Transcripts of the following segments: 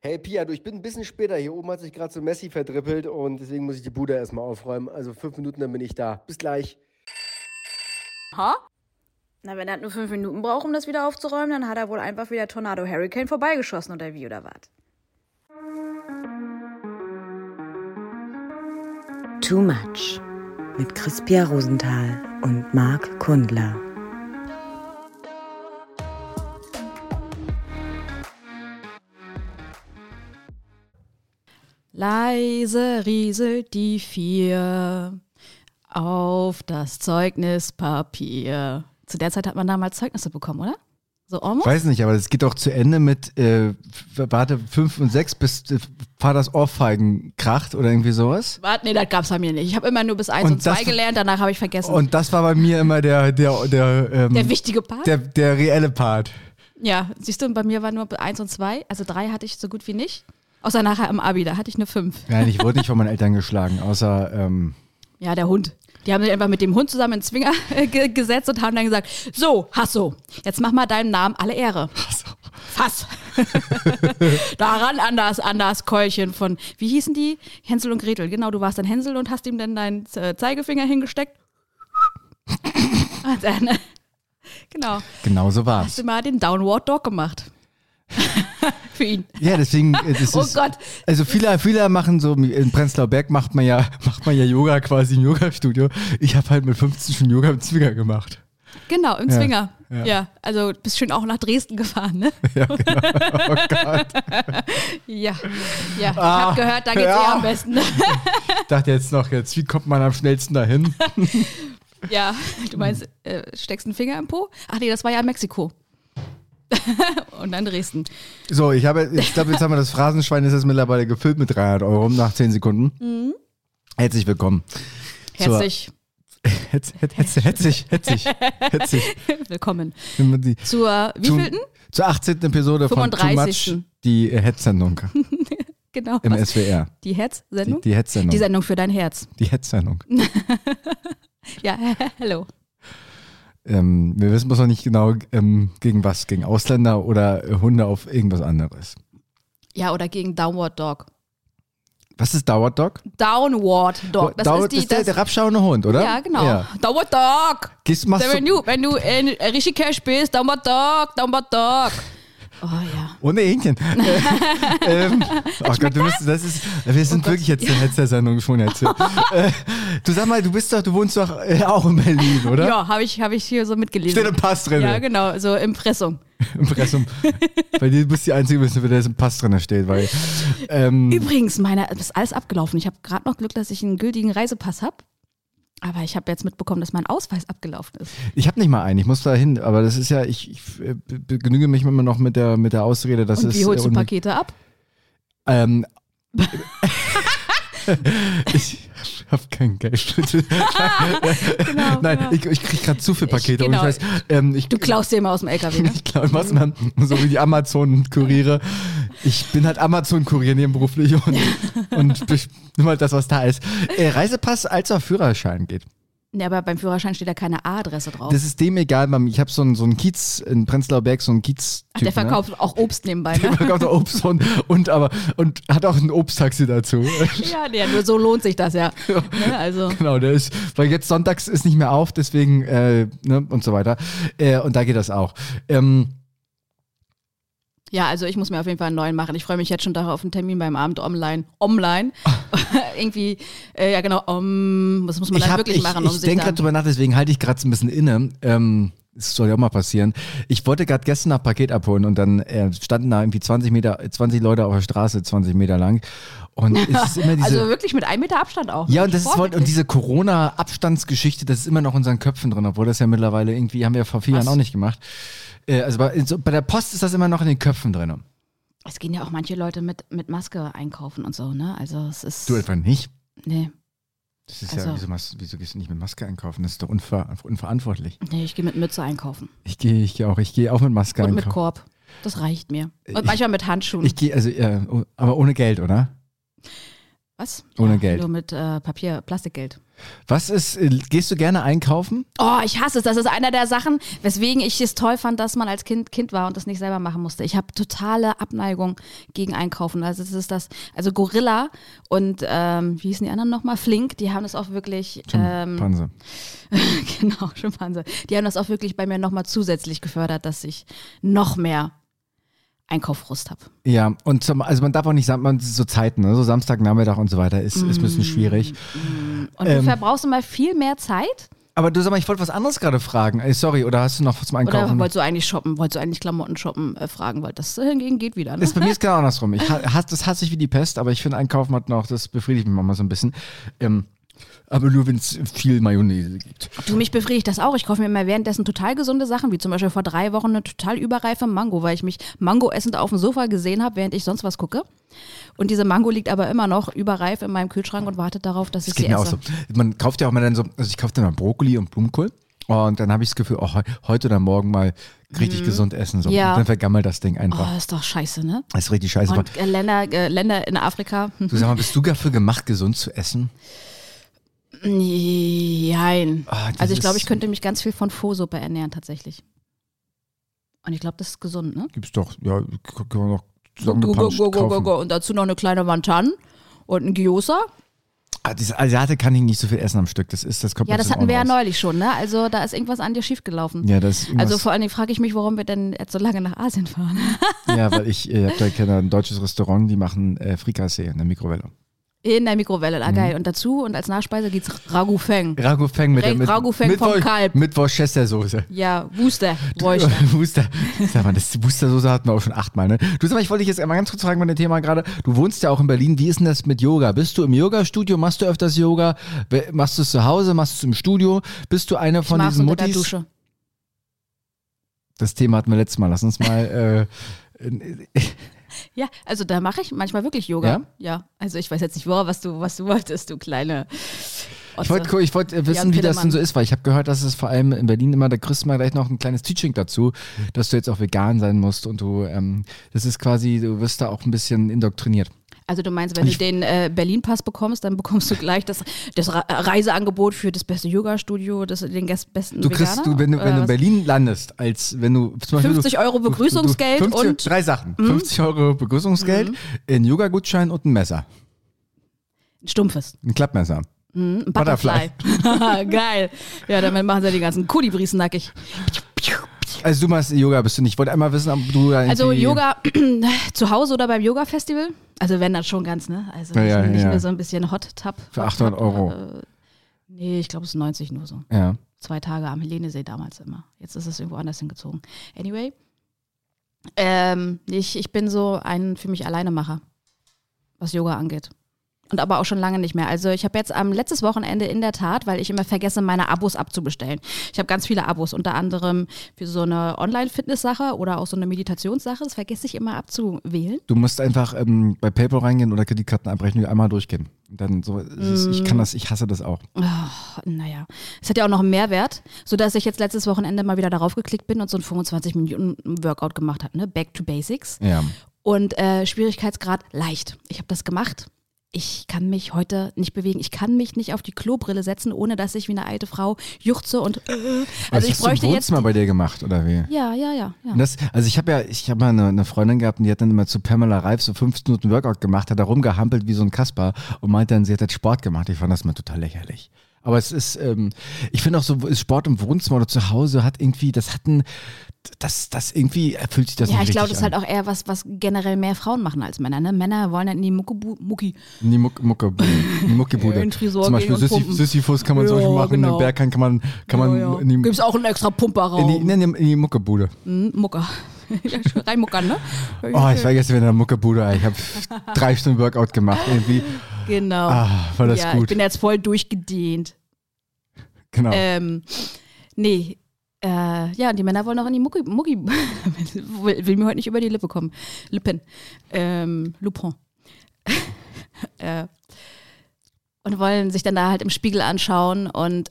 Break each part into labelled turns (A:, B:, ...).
A: Hey Pia, du, ich bin ein bisschen später. Hier oben hat sich gerade so Messi verdrippelt und deswegen muss ich die Bude erstmal aufräumen. Also fünf Minuten, dann bin ich da. Bis gleich.
B: Ha? Na, wenn er halt nur fünf Minuten braucht, um das wieder aufzuräumen, dann hat er wohl einfach wieder Tornado Hurricane vorbeigeschossen oder wie oder was?
C: Too Much mit Crispia Rosenthal und Marc Kundler.
D: Leise rieselt die vier auf das Zeugnispapier. Zu der Zeit hat man damals Zeugnisse bekommen, oder? So oh, almost?
E: Weiß nicht, aber das geht doch zu Ende mit, äh, f- warte, 5 und 6, bis äh, Vaters Ohrfeigen kracht oder irgendwie sowas.
D: Warte, nee, das gab's bei mir nicht. Ich habe immer nur bis 1
E: Und
D: und 2
E: das-
D: gelernt, danach habe ich vergessen.
E: Und das war bei mir immer der, der, der, ähm,
D: der wichtige Part?
E: der, der reelle Part.
D: ja, siehst du, bei mir war nur 1 und 2, also 3 hatte ich so gut wie nicht. Außer nachher im Abi, da hatte ich nur 5.
E: Nein, ich wurde nicht von meinen Eltern geschlagen, außer, ähm,
D: Ja, der Hund. Die haben sich einfach mit dem Hund zusammen in den Zwinger äh, ge gesetzt und haben dann gesagt, so, Hasso, jetzt mach mal deinem Namen alle Ehre. Hasso. Fass. Daran anders, anders Keulchen von, wie hießen die? Hänsel und Gretel. Genau, du warst dann Hänsel und hast ihm dann deinen äh, Zeigefinger hingesteckt. und dann, äh, genau,
E: genau so
D: hast
E: war's.
D: du mal den Downward Dog gemacht. Für ihn.
E: Ja, deswegen, äh, das
D: Oh
E: ist,
D: Gott.
E: also viele, viele machen so, in Prenzlauer Berg macht man ja, macht man ja Yoga quasi im Yoga-Studio. Ich habe halt mit 15 schon Yoga im Zwinger gemacht.
D: Genau, im
E: Ja,
D: Zwinger.
E: ja.
D: Ja. also bist schön auch nach Dresden gefahren, ne?
E: Ja, genau. Oh Gott.
D: Ja, ja. Ich
E: Ah,
D: habe gehört, da geht's
E: ja.
D: eher am besten.
E: Ich dachte jetzt noch, jetzt, wie kommt man am schnellsten dahin?
D: Ja, du meinst, äh, steckst einen Finger im Po? Ach nee, das war ja in Mexiko. Und dann Dresden.
E: So, ich habe, ich glaube, jetzt haben wir das Phrasenschwein, ist jetzt mittlerweile gefüllt mit 300 Euro nach 10 Sekunden. Herzlich willkommen. zur-
D: Mhm. Herzlich
E: Hetz- hetz- hetz- Herzlich, herzlich, herzlich.
D: willkommen
E: Wenn man die-
D: zur
E: zum-
D: wievielten?
E: Zur 18. Episode von Too
D: 35..
E: Much, die äh, Hetzsendung
D: Genau.
E: im
D: was?
E: SWR.
D: Die
E: Die,
D: Herz-Sendung? Die,
E: die Hetzsendung.
D: Sendung für dein Herz.
E: die Hetzsendung.
D: Ja, hello.
E: Ähm, wir wissen bloß noch nicht genau, ähm, gegen was. Gegen Ausländer oder äh, Hunde auf irgendwas anderes.
D: Ja, oder gegen Downward Dog.
E: Was ist Dauert Dog?
D: Downward Dog. Das
E: Dauert-
D: ist die,
E: der, ne?
D: das,
E: der rapschauende Hund, oder?
D: ja, genau. Downward Dog.
E: Gehst, machst
D: Wenn
E: du,
D: du, wenn du äh, in Rishikesh bist, Downward Dog, Downward Dog. Oh ja.
E: Ohne Hähnchen. Äh, ähm, oh Gott, du bist, das ist, wir sind wirklich jetzt in letzter Sendung schon jetzt. äh, du sag mal, du bist doch, du wohnst doch äh, auch in Berlin, oder?
D: Ja, habe ich, hab ich hier so mitgelesen.
E: Steht im Pass drin.
D: ja, genau, so Impressum.
E: Impressum. Bei dir bist du die Einzige, bist, für der es im Pass drin steht, weil ähm,
D: Übrigens, meiner ist alles abgelaufen. Ich habe gerade noch Glück, dass ich einen gültigen Reisepass habe. Aber ich habe jetzt mitbekommen, dass mein Ausweis abgelaufen ist.
E: ich habe nicht mal einen, ich muss da hin, aber das ist ja, ich, ich äh, be- genüge mich immer noch mit der, mit der Ausrede, dass
D: Und
E: es.
D: wie holst du
E: äh, un-
D: Pakete ab?
E: Ähm, ich habe kein Geld.
D: Genau,
E: Nein,
D: ja.
E: ich, ich kriege gerade zu viele Pakete
D: genau.
E: und ich weiß, ähm, ich,
D: Du klaust dir immer aus dem LKW, ne?
E: ich glaube, was man, so wie die Amazon-Kuriere. Ich bin halt Amazon-Kurier nebenberuflich und, und bes- nimm halt das, was da ist. Äh, Reisepass als auch Führerschein geht.
D: Nee, aber beim Führerschein steht da keine A-Adresse drauf.
E: Das ist dem egal, weil ich habe so einen so einen Kiez in Prenzlauer Berg, so einen Kiez.
D: Ach, der verkauft auch Obst nebenbei,
E: Ne? Der
D: ne?
E: verkauft auch Obst und, und, aber, und hat auch ein Obsttaxi dazu.
D: Ja, nee, nur so lohnt sich das ja. Ne, also,
E: Genau, der ist, weil jetzt sonntags ist nicht mehr auf, deswegen, äh, ne, und so weiter. Äh, und da geht das auch. Ähm,
D: ja, also ich muss mir auf jeden Fall einen neuen machen. Ich freue mich jetzt schon darauf, einen Termin beim Abend online. Online. Irgendwie, äh, ja genau, um, was muss man
E: ich
D: da
E: hab-
D: wirklich
E: ich,
D: machen, um
E: ich
D: sich
E: denke
D: dann-
E: gerade drüber nach, deswegen halte ich gerade so ein bisschen inne. Ähm, das soll ja auch mal passieren. Ich wollte gerade gestern nach Paket abholen und dann äh, standen da irgendwie 20 Meter, 20 Leute auf der Straße, 20 Meter lang. Und es ist immer diese.
D: also wirklich mit einem Meter Abstand auch. ne?
E: ja, und das ist,
D: Vorsichtig.
E: und diese Corona-Abstandsgeschichte, das ist immer noch in unseren Köpfen drin, obwohl das ja mittlerweile irgendwie, haben wir ja vor vier Jahren auch nicht gemacht. Äh, also bei, so, bei der Post ist das immer noch in den Köpfen drin.
D: Es gehen ja auch manche Leute mit, mit Maske einkaufen und so, ne? Also es ist.
E: Du etwa nicht?
D: nee,
E: Das ist ja,
D: Also-
E: wieso, machst- wieso gehst du nicht mit Maske einkaufen? Das ist doch unver, unverantwortlich.
D: nee, ich gehe mit Mütze einkaufen.
E: Ich gehe ich gehe auch, ich gehe auch mit Maske
D: und mit
E: einkaufen.
D: Korb. Das reicht mir. Und
E: Ich-
D: manchmal mit Handschuhen.
E: Ich gehe, also, äh, oh- aber ohne Geld, oder?
D: Was?
E: Ohne
D: ja,
E: Geld.
D: Nur mit äh, Papier, Plastikgeld.
E: Was ist, äh, gehst du gerne einkaufen?
D: Oh, ich hasse es. Das ist einer der Sachen, weswegen ich es toll fand, dass man als Kind Kind war und das nicht selber machen musste. Ich habe totale Abneigung gegen Einkaufen. Also es ist das, also Gorilla und ähm, wie hießen die anderen nochmal? Flink, die haben das auch wirklich, ähm,
E: Panse.
D: genau, Schimpanse. Die haben das auch wirklich bei mir nochmal zusätzlich gefördert, dass ich noch mehr Einkaufrust habe.
E: Ja, und zum, also man darf auch nicht, sam- man, so Zeiten, ne? so Samstagnachmittag und so weiter, ist, ist ein
D: Mm.
E: bisschen schwierig.
D: Und du verbrauchst immer viel mehr Zeit?
E: Aber du sag mal, ich wollte was anderes gerade fragen. Ey, sorry, oder hast du noch was zum
D: Oder
E: Einkaufen?
D: wolltest du eigentlich shoppen? Wolltest du eigentlich Klamotten shoppen? Äh, fragen, weil das hingegen geht wieder. Ne?
E: Ist bei mir ist genau andersrum. Ich ha- hasse, das hasse ich wie die Pest, aber ich finde Einkaufen hat noch, das befriedigt mich manchmal so ein bisschen. Ähm, aber nur wenn es viel Mayonnaise gibt.
D: Du, mich befriedigt das auch. Ich kaufe mir immer währenddessen total gesunde Sachen, wie zum Beispiel vor drei Wochen eine total überreife Mango, weil ich mich Mango essend auf dem Sofa gesehen habe, während ich sonst was gucke. Und diese Mango liegt aber immer noch überreif in meinem Kühlschrank und wartet darauf, dass ich
E: Das geht
D: sie
E: mir
D: esse.
E: auch so. Man kauft ja auch mal dann so, also ich kaufe dann mal Brokkoli und Blumenkohl und dann habe ich das Gefühl, oh, he- heute oder morgen mal richtig gesund essen. So.
D: Mhm. Ja.
E: Und dann vergammelt das Ding einfach.
D: Oh, ist doch scheiße, ne?
E: Das ist richtig scheiße. Aber
D: Und äh, Länder, äh, Länder in Afrika. hm,
E: du sag mal, bist du dafür gemacht, gesund zu essen?
D: Nein.
E: Ah, das
D: also ich glaube,
E: ist-
D: ich könnte mich ganz viel von Fosuppe ernähren tatsächlich. Und ich glaube, das ist gesund, ne?
E: Gibt's doch, ja, k- kann man doch
D: Go, go,
E: zusammengepanscht
D: go, go, go,
E: kaufen.
D: go. Und dazu noch eine kleine Wantan und ein Gyoza.
E: Ah, diese Asiate kann ich nicht so viel essen am Stück. Das ist, das kommt
D: Ja,
E: mir
D: das
E: zum
D: hatten wir ja
E: Ohren raus.
D: neulich schon, ne? Also da ist irgendwas an dir schiefgelaufen.
E: Ja, das ist irgendwas-
D: also vor allen Dingen frage ich mich, warum wir denn jetzt so lange nach Asien fahren.
E: Ja, weil ich, äh, hab da kenne ein deutsches Restaurant, die machen äh, Frikassee in der Mikrowelle.
D: In der Mikrowelle, ah,
E: Mhm.
D: geil. Und dazu und als Nachspeise gibt's Ragu Feng.
E: Ragu Feng mit, der- mit,
D: Ragu Feng
E: mit
D: vom
E: Wor-
D: Kalb.
E: Mit Worcestersoße.
D: Ja, Wuster, Wuster.
E: Wuster. Sag mal, das Wustersoße hatten wir auch schon achtmal, ne? Du sag mal, ich wollte dich jetzt einmal ganz kurz fragen bei dem Thema gerade. Du wohnst ja auch in Berlin. Wie ist denn das mit Yoga? Bist du im Yoga-Studio? Machst du öfters Yoga? We- Machst du es zu Hause? Machst du es im Studio? Bist du eine von
D: ich mach's
E: diesen
D: unter der
E: Muttis?
D: Dusche.
E: Das Thema hatten wir letztes Mal. Lass uns mal. Äh, in-
D: Ja, also da mache ich manchmal wirklich Yoga.
E: Ja?
D: Ja? Also ich weiß jetzt nicht, boah, was du, was du wolltest, du kleine.
E: ich
D: Otze.
E: wollte ich wollt, äh, wissen,
D: Jan
E: wie das
D: Pillemann.
E: denn so ist, weil ich habe gehört, dass es vor allem in Berlin immer, da kriegst du mal gleich noch ein kleines Teaching dazu, dass du jetzt auch vegan sein musst und du, ähm, das ist quasi, du wirst da auch ein bisschen indoktriniert.
D: Also du meinst, wenn
E: Ich-
D: du den äh, Berlin-Pass bekommst, dann bekommst du gleich das, das Re- Reiseangebot für das beste Yoga-Studio, das- den gest- besten
E: Du kriegst,
D: Veganer,
E: du, wenn du,
D: oder
E: wenn du in
D: was?
E: Berlin landest, als wenn du zum Beispiel
D: 50 Euro
E: du- du-
D: Begrüßungsgeld
E: du, 50,
D: und- Mhm.
E: drei Sachen. 50 Euro Begrüßungsgeld, ein Yoga-Gutschein und ein Messer.
D: Ein Stumpfes.
E: Ein Klappmesser.
D: Ein Butterfly. Geil. Ja, damit machen sie die ganzen Kolibris nackig.
E: Also du machst Yoga bist du nicht. Ich wollte einmal wissen, ob du da
D: Also
E: irgendwie-
D: Yoga zu Hause oder beim Yoga-Festival? Also wenn dann schon ganz, ne? Also
E: Ja,
D: nicht,
E: ja,
D: nicht
E: ja.
D: nur so ein bisschen Hot-Tub.
E: Für 800 Euro.
D: Äh, nee, ich glaube es ist 90 nur so.
E: Ja.
D: Zwei Tage am Helenesee damals immer. Jetzt ist es irgendwo anders hingezogen. Anyway. Ähm, ich, ich bin so ein für mich Alleinemacher, was Yoga angeht. Und aber auch schon lange nicht mehr. Also ich habe jetzt am letztes Wochenende in der Tat, weil ich immer vergesse, meine Abos abzubestellen. Ich habe ganz viele Abos, unter anderem für so eine Online-Fitness-Sache oder auch so eine Meditationssache. Das vergesse ich immer abzuwählen.
E: Du musst einfach ähm, bei PayPal reingehen oder Kreditkartenabrechnung einmal durchgehen. Dann so, es ist- ich
D: Mhm.
E: kann das, ich hasse das auch.
D: Oh, naja, es hat ja auch noch einen Mehrwert, sodass ich jetzt letztes Wochenende mal wieder darauf geklickt bin und so ein 25-Minuten-Workout gemacht habe, ne? Back to Basics.
E: Ja.
D: Und äh, Schwierigkeitsgrad leicht. Ich habe das gemacht. Ich kann mich heute nicht bewegen. Ich kann mich nicht auf die Klobrille setzen, ohne dass ich wie eine alte Frau juchze und. Äh, also ich
E: hast du im
D: bräuchte jetzt.
E: Wohnzimmer bei dir gemacht oder wie?
D: Ja, ja, ja. ja.
E: Und Das, also ich habe ja, ich habe mal eine, eine Freundin gehabt und die hat dann immer zu Pamela Reif so 15 Minuten Workout gemacht, hat da rumgehampelt wie so ein Kasper und meinte dann, sie hat jetzt Sport gemacht. Ich fand das mal total lächerlich. Aber es ist, ähm, ich finde auch so, ist Sport im Wohnzimmer oder zu Hause hat irgendwie, das hat ein, das, das irgendwie erfüllt sich das
D: Ja,
E: nicht
D: ich glaube, das
E: richtig
D: ist halt
E: an.
D: auch eher was, was generell mehr Frauen machen als Männer. Ne? Männer wollen dann in die Muckebu- Mucki.
E: In die Muck, Muckebude. In die Muckebude.
D: In den Tresor
E: Zum Beispiel
D: gehen und
E: Sisyf-
D: pumpen.
E: Sisyphus kann man zum
D: Ja,
E: Beispiel machen,
D: genau.
E: den Berghain kann man, kann man
D: Ja, ja.
E: in die,
D: Gibt's auch einen extra
E: in die,
D: Pumperraum.
E: in die, in die Muckebude.
D: Hm, Mucker. Rein muckern, ne?
E: Oh, ich war gestern wieder in der Muckebude, ey. ich habe drei Stunden Workout gemacht irgendwie.
D: Genau.
E: Ah, war das
D: ja, ich
E: gut.
D: bin jetzt voll durchgedehnt.
E: Genau.
D: Ähm, nee. Äh, ja, und die Männer wollen auch in die Mucki. Mucki will, will mir heute nicht über die Lippe kommen. Lippen. Ähm, Lupin. äh, und wollen sich dann da halt im Spiegel anschauen und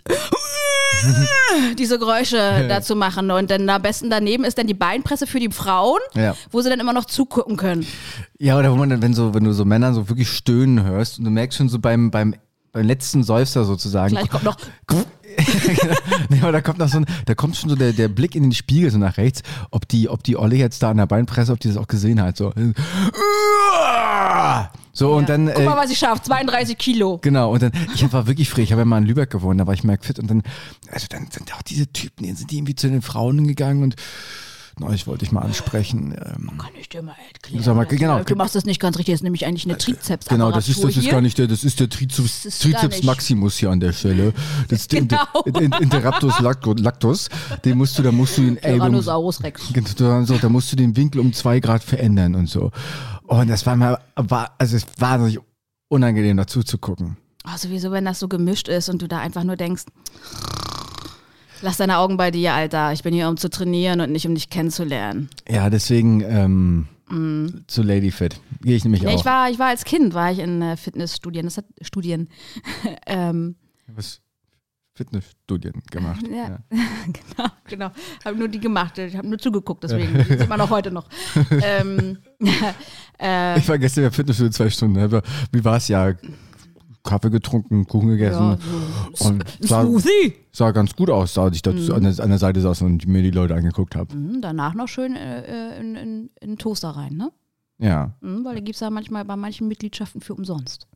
D: diese Geräusche dazu machen. Und dann am besten daneben ist dann die Beinpresse für die Frauen,
E: Ja.
D: wo sie dann immer noch zugucken können.
E: Ja, oder wo man dann, wenn, so, wenn du so Männer so wirklich stöhnen hörst und du merkst schon so beim, beim, beim letzten Seufzer sozusagen.
D: Gleich kommt noch.
E: nee, aber da kommt noch so ein, da kommt schon so der, der Blick in den Spiegel so nach rechts, ob die, ob die Olle jetzt da an der Beinpresse, ob die das auch gesehen hat. So, so und dann.
D: Guck mal,
E: äh,
D: was ich schaffe. 32 Kilo.
E: Genau, und dann, ich war wirklich frei, ich habe ja mal in Lübeck gewohnt, da war ich merk fit und dann, also dann sind auch diese Typen, die sind die irgendwie zu den Frauen gegangen und neulich wollte ich mal ansprechen. Ähm,
D: Kann ich dir mal erklären.
E: Sag mal, genau.
D: Du machst das nicht ganz richtig. Das ist nämlich eigentlich eine trizeps
E: Genau, das ist, das ist gar nicht der, das ist der Trizeps,
D: Das ist gar
E: Trizeps
D: nicht.
E: Maximus hier an der Stelle. Das ist
D: Genau.
E: der Inter- Interruptus lacto- lactus. Den musst du, da musst du den ey, du musst-
D: Tyrannosaurus Rex.
E: Genau, Tyrannosaurus, da musst du den Winkel um zwei Grad verändern und so. Und das war mal, war, also es war wahnsinnig unangenehm dazu zu gucken.
D: Oh, sowieso, wenn das so gemischt ist und du da einfach nur denkst, lass deine Augen bei dir, Alter. Ich bin hier, um zu trainieren und nicht, um dich kennenzulernen.
E: Ja, deswegen ähm, zu Ladyfit gehe ich nämlich
D: Mhm. Ja,
E: auch.
D: ich, war, ich war als Kind, war ich in äh, Fitnessstudien. Das hat Studien. ähm,
E: was Fitnessstudien gemacht.
D: Ja.
E: Ja.
D: genau, genau. Habe nur die gemacht. Ich habe nur zugeguckt, deswegen. Das sieht man auch heute noch. ähm, äh,
E: Ich war gestern in der Fitnessstudie zwei Stunden. aber Wie war es ja? Kaffee getrunken, Kuchen gegessen.
D: ja, so.
E: Und sah,
D: Smoothie.
E: sah ganz gut aus, da ich da an, der, an der Seite saß und mir die Leute angeguckt habe.
D: Mhm, danach noch schön äh, äh, in, in, in den Toaster rein, ne?
E: Ja.
D: Mhm, weil da gibt es ja manchmal bei manchen Mitgliedschaften für umsonst.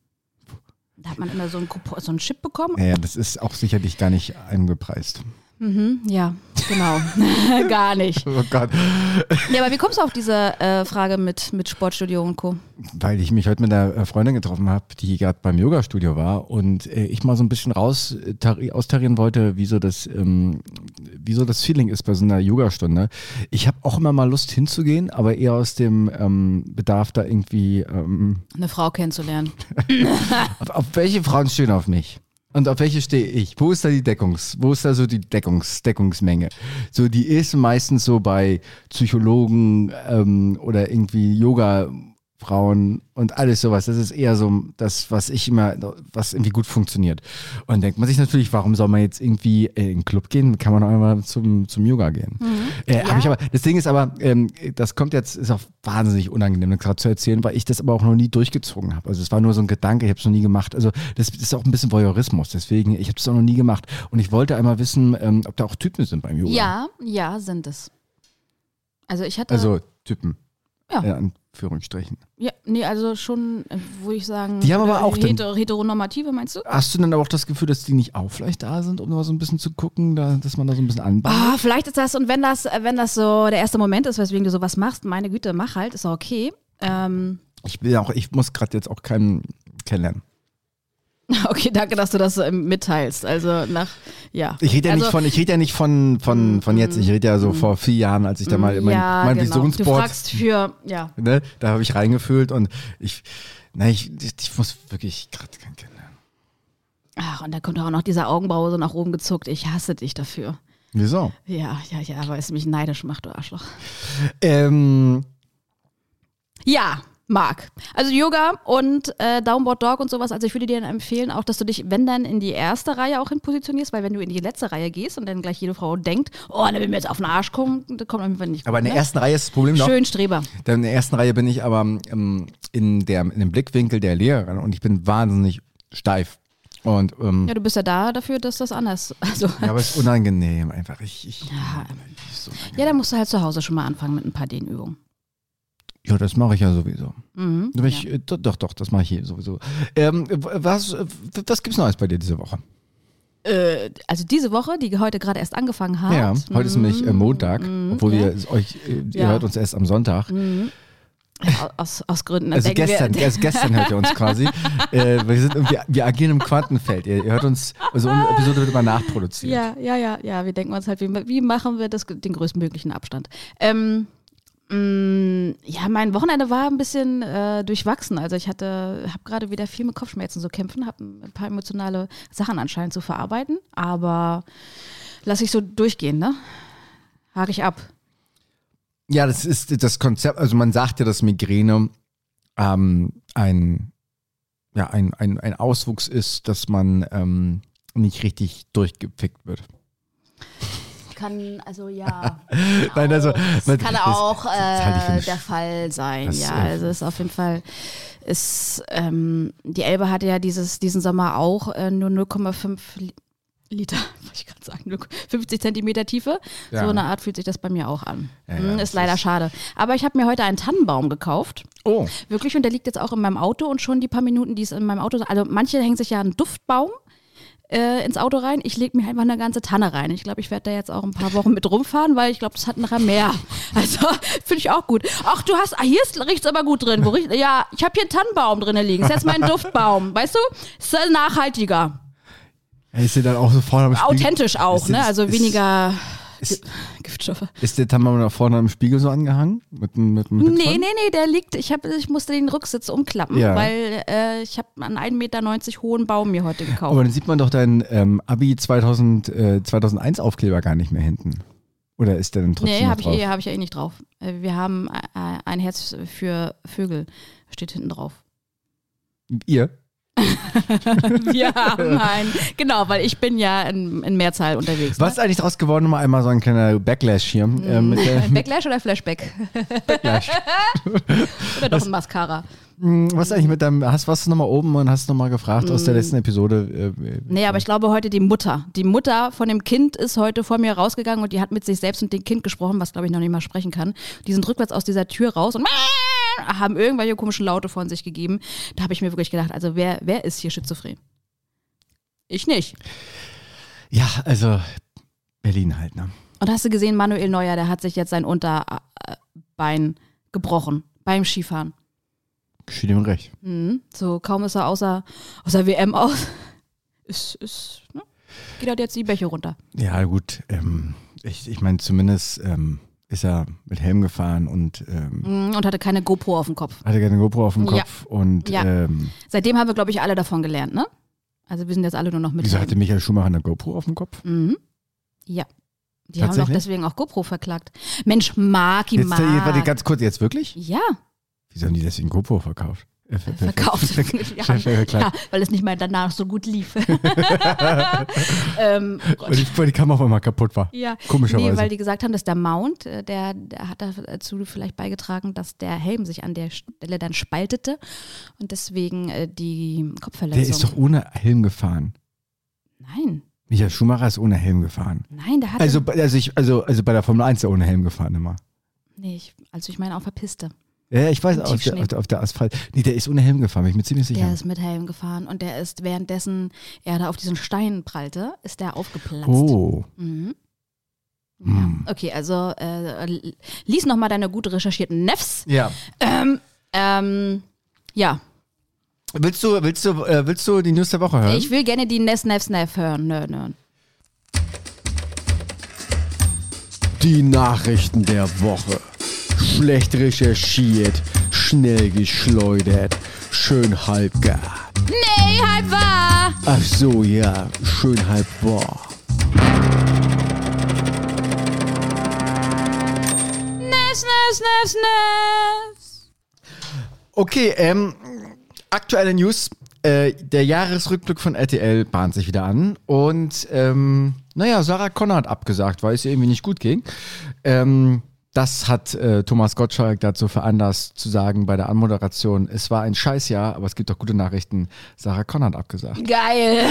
D: Da hat man immer so einen, Coupon, so einen Chip bekommen.
E: ja. Das ist auch sicherlich gar nicht eingepreist.
D: Mhm, ja, genau. Gar nicht.
E: Oh Gott.
D: Ja, aber wie kommst du auf diese äh, Frage mit, mit Sportstudio und Co.?
E: Weil ich mich heute mit einer äh, Freundin getroffen habe, die gerade beim Yoga-Studio war und äh, ich mal so ein bisschen raus äh, tari- austarieren wollte, wie so das, ähm, wie so das Feeling ist bei so einer Yogastunde. Ich habe auch immer mal Lust hinzugehen, aber eher aus dem ähm, Bedarf da irgendwie, ähm,
D: Eine Frau kennenzulernen.
E: auf, auf welche Frauen stehen auf mich? Und auf welche stehe ich? Wo ist da die Deckungs, wo ist da so die Deckungs, Deckungsmenge? So, die ist meistens so bei Psychologen ähm, oder irgendwie Yoga-Frauen und alles sowas. Das ist eher so das, was ich immer, was irgendwie gut funktioniert. Und dann denkt man sich natürlich, warum soll man jetzt irgendwie äh, in den Club gehen? Kann man auch einmal zum, zum Yoga gehen.
D: Mhm.
E: Äh, hab ich aber, das Ding ist aber, ähm, das kommt jetzt, ist auch wahnsinnig unangenehm, das gerade zu erzählen, weil ich das aber auch noch nie durchgezogen habe. Also es war nur so ein Gedanke, ich habe es noch nie gemacht. Also das ist auch ein bisschen Voyeurismus, deswegen, ich habe es auch noch nie gemacht. Und ich wollte einmal wissen, ähm, ob da auch Typen sind beim Yoga.
D: Ja, ja, sind es. Also ich hatte.
E: Also Typen.
D: Ja.
E: In Anführungsstrichen.
D: ja, nee, also schon, äh, würde ich sagen.
E: Die haben aber
D: äh,
E: auch den-
D: heter Heteronormative, meinst du?
E: Hast du denn aber auch das Gefühl, dass die nicht auch vielleicht da sind, um mal so ein bisschen zu gucken, da, dass man da so ein bisschen anbaut?
D: Ah, vielleicht ist das, und wenn das, äh, wenn das so der erste Moment ist, weswegen du sowas machst, meine Güte, mach halt, ist auch okay. Ähm,
E: Ich will auch, ich muss gerade jetzt auch keinen kennenlernen.
D: okay, danke, dass du das ähm, mitteilst. Also nach, ja.
E: Ich rede ja
D: also,
E: nicht von, ich rede ja nicht von, von, von jetzt. Ich rede ja so vor vier Jahren, als ich da mal mein,
D: ja,
E: mein
D: genau. Du
E: Visionsboard,
D: fragst für, ja.
E: ne, da habe ich reingefühlt und ich, nein, ich, ich, ich muss wirklich gerade keinen kennenlernen.
D: Ach, und da kommt auch noch diese Augenbraue so nach oben gezuckt. Ich hasse dich dafür.
E: Wieso?
D: Ja, ja, ja, weil es mich neidisch macht, du Arschloch.
E: Ähm,
D: Ja, Marc. Also Yoga und äh, Downboard Dog und sowas. Also ich würde dir dann empfehlen, auch, dass du dich, wenn dann, in die erste Reihe auch hin positionierst, weil wenn du in die letzte Reihe gehst und dann gleich jede Frau denkt, oh, dann will mir jetzt auf den Arsch kommen, dann kommt einfach nicht.
E: aber in der
D: ne?
E: ersten Reihe ist das Problem noch. Hm.
D: Schön Streber.
E: Denn In der ersten Reihe bin ich aber ähm, in, der, in dem Blickwinkel der Lehrerin und ich bin wahnsinnig steif. Und, ähm,
D: Ja, du bist ja da dafür, dass das anders. Also,
E: ja,
D: ja,
E: aber es ist unangenehm einfach. Ich, ich,
D: Ja.
E: ich so
D: dann musst du halt zu Hause schon mal anfangen mit ein paar Dehnübungen.
E: ja, das mache ich ja sowieso.
D: Mhm.
E: Doch, Ich, äh, doch, doch, doch, das mache ich hier sowieso. Ähm, w- was äh, w- was gibt es Neues bei dir diese Woche?
D: Äh, also diese Woche, die heute gerade erst angefangen hat.
E: Ja, heute ist nämlich äh,
D: Mhm.
E: Montag,
D: Mhm,
E: obwohl
D: ja.
E: wir es euch, äh, ihr
D: Ja.
E: hört uns erst am Sonntag.
D: Ja, aus, aus Gründen. dann
E: Also
D: denken wir-
E: gestern, erst gestern hört ihr uns quasi. äh, wir, sind irgendwie, wir agieren im Quantenfeld. Ihr, ihr hört uns, also unsere Episode wird immer nachproduziert.
D: Ah. Ja, ja, ja, ja. Wir denken uns halt, wie, wie machen wir das, den größtmöglichen Abstand? Ähm, mh, ja, mein Wochenende war ein bisschen äh, durchwachsen. Also ich hatte, habe gerade wieder viel mit Kopfschmerzen zu kämpfen, habe ein paar emotionale Sachen anscheinend zu verarbeiten, aber lass ich so durchgehen, ne? Hake ich ab.
E: Ja, das ist das Konzept, also man sagt ja, dass Migräne ähm, ein, ja, ein, ein, ein Auswuchs ist, dass man ähm, nicht richtig durchgepickt wird.
D: kann, also ja.
E: Nein, also,
D: Das kann auch
E: das halte ich für
D: äh,
E: eine
D: der
E: Sch-
D: Fall sein,
E: das,
D: ja.
E: äh,
D: Also ist auf jeden Fall ist ähm, die Elbe hatte ja dieses, diesen Sommer auch äh, nur 0,5 Li- Liter, wollte ich gerade sagen, 0, 50 Zentimeter Tiefe.
E: Ja.
D: So eine Art fühlt sich das bei mir auch an.
E: Ja, ja,
D: Hm,
E: das
D: ist leider
E: ist-
D: schade. Aber ich habe mir heute einen Tannenbaum gekauft.
E: Oh,
D: Wirklich, und der liegt jetzt auch in meinem Auto und schon die paar Minuten, die es in meinem Auto ist. Also manche hängen sich ja einen Duftbaum äh, ins Auto rein. Ich lege mir einfach eine ganze Tanne rein. Ich glaube, ich werde da jetzt auch ein paar Wochen mit rumfahren, weil ich glaube, das hat nachher mehr. Also finde ich auch gut. Ach, du hast, ah, hier riecht es aber gut drin. Wo riecht, ja, ich habe hier einen Tannenbaum drin liegen. Ist jetzt mein Duftbaum. Weißt du? Ist äh, nachhaltiger.
E: Ey, ist dir dann auch so vorne am Spiegel-
D: Authentisch auch,
E: Ist-
D: ne? Also
E: ist-
D: weniger
E: Ist,
D: Giftstoffe.
E: ist der Tannenbaum da vorne am Spiegel so angehangen? Mit, dem- mit, mit
D: Nee, nee,
E: dran?
D: nee, der liegt, ich, hab, ich musste den Rücksitz umklappen,
E: Ja.
D: weil äh, ich habe einen 1,90 Meter hohen Baum mir heute gekauft.
E: Aber dann sieht man doch deinen ähm, Abi 2000, äh, 2001 Aufkleber gar nicht mehr hinten. Oder ist der denn trotzdem
D: Nee,
E: noch
D: habe ich,
E: drauf?
D: eh- hab ich ja eh nicht drauf. Äh, Wir haben äh, ein Herz für Vögel, steht hinten drauf. eh-
E: Ihr?
D: Wir haben ein, genau, weil ich bin ja in, in Mehrzahl unterwegs.
E: Was ist eigentlich draus geworden? Mal einmal so ein kleiner Backlash hier. Äh, mit
D: Ne?
E: der,
D: Ein Backlash oder Flashback?
E: Backlash.
D: Oder doch ein Mascara?
E: Hm, Was ist eigentlich mit deinem, hast, warst du nochmal oben und hast nochmal gefragt aus der letzten Episode? Äh, äh,
D: Mm. Nee, aber ich glaube heute die Mutter. Die Mutter von dem Kind ist heute vor mir rausgegangen und die hat mit sich selbst und dem Kind gesprochen, was glaube ich noch nicht mal sprechen kann. Die sind rückwärts aus dieser Tür raus und haben irgendwelche komischen Laute von sich gegeben. Da habe ich mir wirklich gedacht, also wer, wer ist hier schizophren? Ich nicht.
E: Ja, also Berlin halt, ne?
D: Und hast du gesehen, Manuel Neuer, der hat sich jetzt sein Unterbein gebrochen beim Skifahren.
E: Geschieht ihm recht.
D: Mhm. So kaum ist er außer, außer WM aus. Ist, ist, ne? Geht halt jetzt die Bäche runter.
E: Ja, gut. Ähm, ich ich meine, zumindest ähm, ist er mit Helm gefahren und ähm,
D: Mhm. Und hatte keine GoPro auf dem Kopf.
E: hatte gerne GoPro auf dem
D: Ja.
E: Kopf. Und
D: Ja.
E: ähm,
D: Seitdem haben wir, glaube ich, alle davon gelernt, ne? Also wir sind jetzt alle nur noch mit.
E: wieso hatte Michael Schumacher eine GoPro auf dem Kopf?
D: mhm. Ja. Die haben doch
E: Tatsächlich?
D: deswegen auch GoPro verklagt. Mensch, Marki,
E: Jetzt, äh, warte,
D: Mark.
E: ganz kurz, jetzt wirklich?
D: Ja,
E: Wieso haben die deswegen GoPro verkauft? Äh, ver- ver-
D: verkauft.
E: ver- ver- ver-
D: ja,
E: verklagt.
D: weil es nicht mal danach so gut lief. ähm, oh Gott.
E: Weil, die, weil die Kamera auf einmal kaputt war.
D: Ja,
E: Komischerweise.
D: Nee, weil die gesagt haben, dass der Mount, äh, der, der hat dazu vielleicht beigetragen, dass der Helm sich an der Stelle dann spaltete und deswegen äh, die Kopfverletzung.
E: Der ist doch ohne Helm gefahren.
D: nein,
E: Michael Schumacher ist ohne Helm gefahren.
D: nein, der hat
E: Also, bei- also, ich, also, also bei der Formel 1 ist er ohne Helm gefahren immer.
D: nee, ich, also ich meine auf der Piste.
E: Ja, ja, ich weiß,
D: Im
E: auf der,
D: Tiefschnee.
E: auf, der, auf der Asphalt. Nee, der ist ohne Helm gefahren, bin ich mir ziemlich sicher.
D: Der ist mit Helm gefahren und der ist, währenddessen er da auf diesen Stein prallte, ist der aufgeplatzt.
E: oh.
D: Mhm.
E: Hm.
D: Ja. Okay, also äh, l- lies nochmal deine gut recherchierten Nefs.
E: Ja.
D: Ähm, ähm, ja,
E: Willst du, willst, du, äh, willst du die News der Woche hören?
D: ich will gerne die Ness, Nefs, Nef hören. Nö, nö.
E: Die Nachrichten der Woche. Schlecht recherchiert, schnell geschleudert, schön halbgar.
D: Nee, halb wahr!
E: Ach so, ja, schön halb wahr.
D: Ness, Ness, Ness, Ness!
E: Okay, ähm, aktuelle News. Äh, der Jahresrückblick von RTL bahnt sich wieder an. Und ähm, naja, Sarah Connor hat abgesagt, weil es ihr irgendwie nicht gut ging. Ähm, das hat äh, Thomas Gottschalk dazu veranlasst, zu sagen bei der Anmoderation, es war ein Scheißjahr, aber es gibt doch gute Nachrichten. Sarah Connor hat abgesagt.
D: Geil!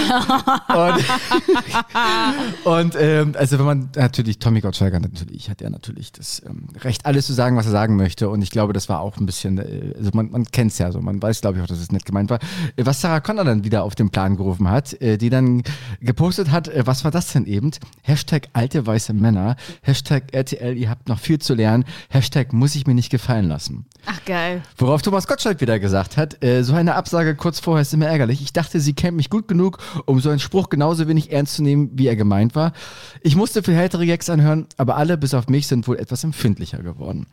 E: Und, und ähm, also wenn man natürlich, Tommy Gottschalk hat natürlich, hat er natürlich das ähm, Recht, alles zu sagen, was er sagen möchte. Und ich glaube, das war auch ein bisschen, äh, also man, man kennt es ja so, man weiß, glaube ich, auch, dass es nett gemeint war. Äh, Was Sarah Connor dann wieder auf den Plan gerufen hat, äh, die dann gepostet hat, äh, was war das denn eben? Hashtag alte weiße Männer, Hashtag RTL, ihr habt noch viel zu lernen, Hashtag muss ich mir nicht gefallen lassen.
D: Ach, geil.
E: Worauf Thomas Gottschalk wieder gesagt hat, äh, so eine Absage kurz vorher ist immer ärgerlich. Ich dachte, sie kennt mich gut genug, um so einen Spruch genauso wenig ernst zu nehmen, wie er gemeint war. Ich musste viel härtere Gags anhören, aber alle, bis auf mich, sind wohl etwas empfindlicher geworden.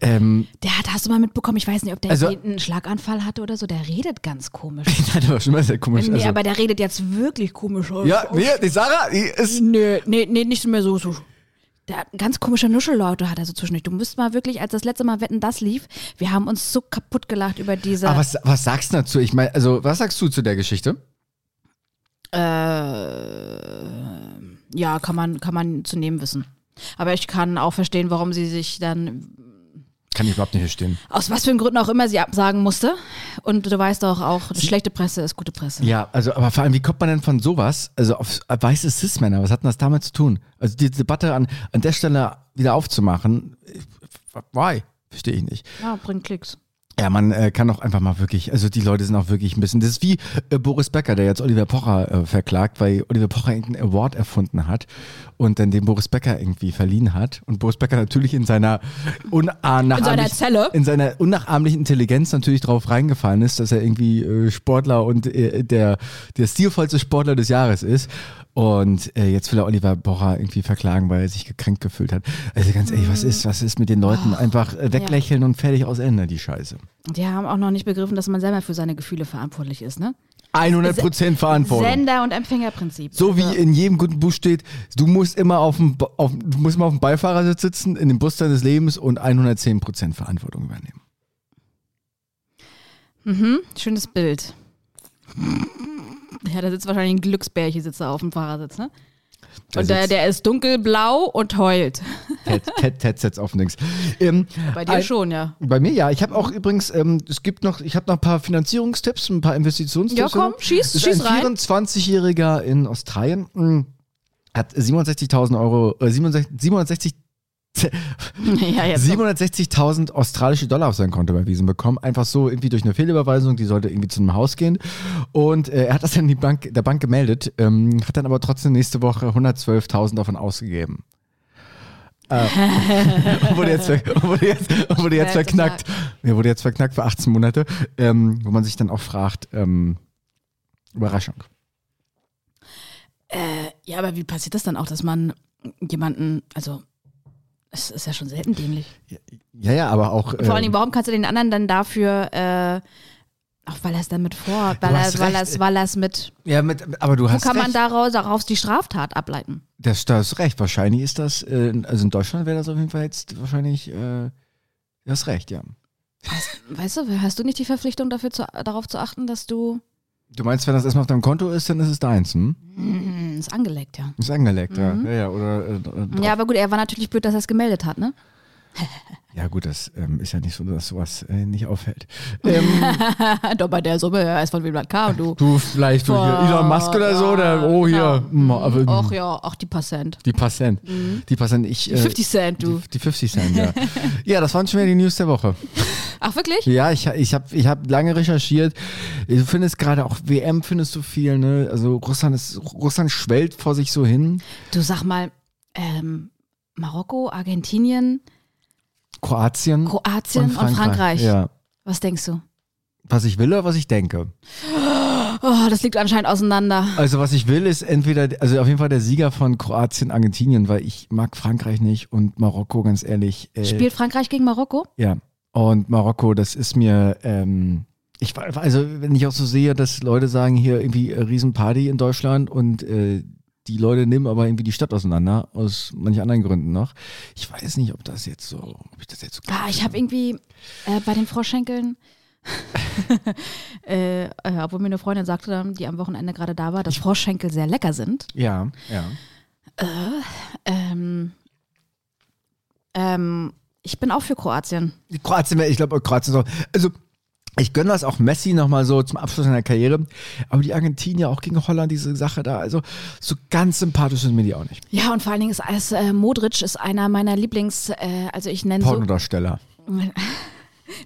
E: Ähm,
D: Der hat, hast du mal mitbekommen, ich weiß nicht, ob der
E: Also-
D: einen Schlaganfall hatte oder so, der redet ganz komisch.
E: das war schon mal sehr komisch.
D: Ähm, Nee,
E: also,
D: aber der redet jetzt wirklich komisch. Oh,
E: ja, nee, die Sarah, die ist...
D: Nö, nee, nee, nicht mehr so. so. Der hat ganz komische Nuschellaute hat er so zwischendurch. Du müsst mal wirklich, als das letzte Mal Wetten, das lief, wir haben uns so kaputt gelacht über diese.
E: Aber Ah, was, was sagst du dazu? Ich meine, also, was sagst du zu der Geschichte?
D: äh, ja, kann man, kann man zu nehmen wissen. Aber ich kann auch verstehen, warum sie sich dann,
E: Kann ich überhaupt nicht verstehen.
D: aus was für einem Gründen auch immer sie absagen musste. Und du weißt doch auch, schlechte Presse ist gute Presse.
E: Ja, also, aber vor allem, wie kommt man denn von sowas, also auf weiße Cis-Männer, was hat denn das damit zu tun? Also die Debatte an, an der Stelle wieder aufzumachen, ich- why? Verstehe ich nicht.
D: Ja, bringt Klicks.
E: Ja, man äh, kann auch einfach mal wirklich, also die Leute sind auch wirklich ein bisschen, das ist wie äh, Boris Becker, der jetzt Oliver Pocher äh, verklagt, weil Oliver Pocher irgendeinen Award erfunden hat und dann den Boris Becker irgendwie verliehen hat und Boris Becker natürlich in seiner unnachahmlichen,
D: In seiner Zelle.
E: in seiner unnachahmlichen Intelligenz natürlich drauf reingefallen ist, dass er irgendwie äh, Sportler und äh, der, der stilvollste Sportler des Jahres ist und äh, jetzt will er Oliver Pocher irgendwie verklagen, weil er sich gekränkt gefühlt hat. Also ganz ehrlich,
D: Mhm.
E: was ist, was ist mit den Leuten?
D: Oh,
E: Einfach äh, weglächeln und fertig aus Ende, die Scheiße.
D: Und Die haben auch noch nicht begriffen, dass man selber für seine Gefühle verantwortlich ist, ne?
E: 100% Verantwortung.
D: Sender- und Empfängerprinzip.
E: so wie in jedem guten Buch steht, du musst immer auf dem, Ba- auf, du musst immer auf dem Beifahrersitz sitzen, in dem Bus deines Lebens und 110% Verantwortung übernehmen.
D: Mhm, schönes Bild. Ja, da sitzt wahrscheinlich ein Glücksbärchen sitzt da auf dem Fahrersitz, ne? Und der,
E: sitzt-
D: der ist dunkelblau und heult.
E: Ted, Ted, Ted setzt auf links. Ähm,
D: Bei dir
E: ein-
D: schon, ja.
E: Bei mir ja. Ich habe auch übrigens, ähm, es gibt noch, ich habe noch ein paar Finanzierungstipps, ein paar
D: Ja,
E: Investitionstipps.
D: komm, schieß,
E: ist
D: schieß
E: ein
D: rein.
E: 24-Jähriger in Australien, mh, hat 67.000 Euro, äh, 67, 67
D: ja, jetzt.
E: 760.000 australische Dollar auf sein Konto überwiesen bekommen. Einfach so irgendwie durch eine Fehlüberweisung, die sollte irgendwie zu einem Haus gehen. Und äh, er hat das dann die Bank, der Bank gemeldet, ähm, hat dann aber trotzdem nächste Woche 112.000 davon ausgegeben. Äh, und wurde jetzt, ver- und wurde jetzt, und wurde jetzt
D: Verknackt.
E: verknackt. Er wurde jetzt verknackt für 18 Monate, ähm, wo man sich dann auch fragt, ähm, Überraschung.
D: Ja, aber wie passiert das dann auch, dass man jemanden, also es ist ja schon selten dämlich.
E: Ja, ja, aber auch.
D: Vor allen
E: ähm,
D: Dingen, warum kannst du den anderen dann dafür, äh, auch weil er es dann mit vor, weil er
E: hast
D: es weil
E: recht.
D: er's- weil er's mit,
E: ja, mit, aber du
D: wo
E: hast
D: kann man
E: recht.
D: daraus, daraus die Straftat ableiten?
E: Das, das ist recht. Wahrscheinlich ist das, äh, also in Deutschland wäre das auf jeden Fall jetzt wahrscheinlich äh, das Recht, ja.
D: Weißt du, hast du nicht die Verpflichtung dafür zu, darauf zu achten, dass du
E: Du meinst, wenn das erstmal auf deinem Konto ist, dann ist es deins, hm?
D: Hm, ist angeleckt, ja.
E: Ist angelegt, ja. ja. Ja, oder, äh, drauf.
D: Mhm. Ja, aber gut, er war natürlich blöd, dass er es gemeldet hat, ne?
E: ja, gut, das ähm, ist ja nicht so, dass sowas äh, nicht auffällt. Ähm,
D: Doch bei der Summe, er ist von wem das kam, du.
E: du, vielleicht du hier Elon Musk oder so, oder, oh, hier, hm, aber, hm,
D: genau. Mhm. Och ja, auch die paar Cent.
E: die paar Cent. Die paar Cent, ich. äh,
D: Die 50 Cent, du.
E: Die, die 50 Cent, ja. ja, das waren schon wieder die News der Woche.
D: Ach, wirklich?
E: Ja, ich, ich habe ich hab lange recherchiert. Du findest gerade auch WM findest du viel, ne? Also Russland ist Russland schwellt vor sich so hin.
D: Du sag mal, ähm, Marokko, Argentinien,
E: Kroatien,
D: Kroatien und Frankreich.
E: Ja.
D: Was denkst du?
E: Was ich will oder was ich denke.
D: Oh, das liegt anscheinend auseinander.
E: Also was ich will ist entweder also auf jeden Fall der Sieger von Kroatien Argentinien, weil ich mag Frankreich nicht und Marokko ganz ehrlich. Äh,
D: Spielt Frankreich gegen Marokko?
E: Ja. Und Marokko, das ist mir, ähm, ich war- also wenn ich auch so sehe, dass Leute sagen, hier irgendwie äh, Riesenparty in Deutschland und äh, die Leute nehmen aber irgendwie die Stadt auseinander, aus manchen anderen Gründen noch. Ich weiß nicht, ob das jetzt so, ob ich das jetzt so
D: Ah, ich habe irgendwie äh, bei den Froschschenkeln, äh, äh, obwohl mir eine Freundin sagte, dann, die am Wochenende gerade da war, dass Froschschenkel sehr lecker sind.
E: Ja, ja.
D: Ähm, ähm, ich bin auch für Kroatien.
E: Die Kroatien, wär- ich glaube, Kroatien soll. Also, ich gönne das auch Messi nochmal so zum Abschluss seiner Karriere. Aber die Argentinier auch gegen Holland, diese Sache da. Also, so ganz sympathisch sind mir die auch nicht.
D: Ja, und vor allen Dingen ist als, äh, Modric ist einer meiner Lieblings, äh, also ich nenne so,
E: Pornodarsteller.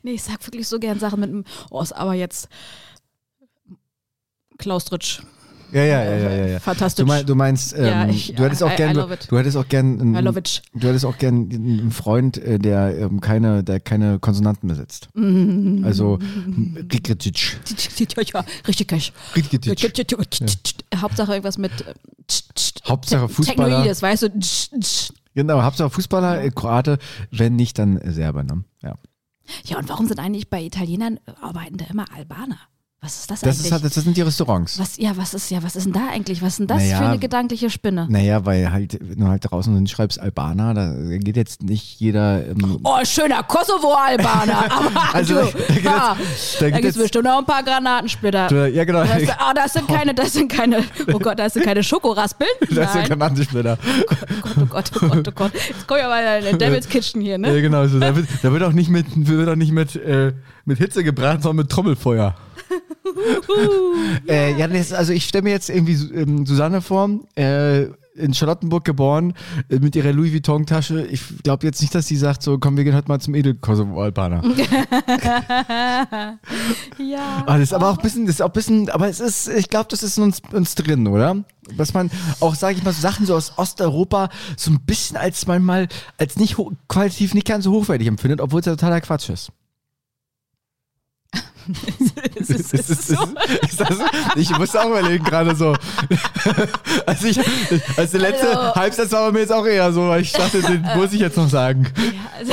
D: nee, ich sag wirklich so gern Sachen mit dem, oh, ist aber jetzt Klaus Dritsch.
E: Ja, ja, ja, ja, ja. ja.
D: Fantastisch.
E: Du, mein, du meinst, ähm,
D: Ja, ich-
E: du hättest auch
D: I-
E: gern,
D: I love it.
E: du hättest auch gern,
D: I
E: einen,
D: love it.
E: du hättest auch gern einen Freund, äh, der ähm, keine, der keine Konsonanten besitzt.
D: Mm.
E: Also Rikritic.
D: ja, ja, richtig Cash.
E: Rikritic.
D: Hauptsache irgendwas mit äh, tsch, tsch,
E: Hauptsache
D: Te-
E: Fußballer.
D: Technoides, weißt du? Tsch, tsch.
E: Genau, Hauptsache Fußballer, äh, Kroate, wenn nicht, dann äh, Serbe, ne? Ja.
D: Ja, und warum sind eigentlich bei Italienern äh, arbeiten da immer Albaner? Was ist das,
E: Das, ist
D: eigentlich?
E: halt, das sind die Restaurants.
D: was, ja, was ist, ja, was ist denn da eigentlich? Was ist denn das
E: Naja.
D: für eine gedankliche Spinne?
E: Naja, weil halt, wenn du halt draußen hinschreibst Albaner, da geht jetzt nicht jeder. Ähm,
D: Oh, schöner Kosovo-Albaner. Aber
E: Also,
D: du,
E: da gibt es-
D: ha,
E: da
D: da
E: gibt
D: gibt's
E: es-
D: bestimmt noch ein paar Granatensplitter.
E: ja, genau.
D: Da ist- Ah, das sind keine, das sind keine, oh Gott, das sind keine Schokoraspeln.
E: Das
D: Oh, Nein.
E: sind Granatensplitter.
D: oh Gott, oh Gott, oh Gott. Jetzt komm ich aber in den Devil's Kitchen hier,
E: Ja,
D: ne?
E: genau. So, da, wird, da wird auch nicht, mit, wird auch nicht mit, äh, mit Hitze gebraten, sondern mit Trommelfeuer. äh, ja, das, also ich stelle mir jetzt irgendwie Su- ähm, Susanne vor, äh, in Charlottenburg geboren, äh, mit ihrer Louis Vuitton-Tasche. Ich glaube jetzt nicht, dass sie sagt, so komm, wir gehen heute mal zum Edel-Kosovo-Albaner.
D: Ja.
E: Ah, das ist aber auch ein bisschen, das ist auch ein bisschen, aber es ist, ich glaube, das ist in uns, uns drin, oder? Dass man auch, sage ich mal, so Sachen so aus Osteuropa so ein bisschen als manchmal, als nicht ho- qualitativ nicht ganz so hochwertig empfindet, obwohl es ja totaler Quatsch ist.
D: Es ist, es ist so.
E: Ist das, ich musste auch überlegen gerade so. Also, ich, also der letzte
D: Also-
E: Halbsatz war bei mir jetzt auch eher so, weil ich dachte, den muss ich jetzt noch sagen.
D: Also,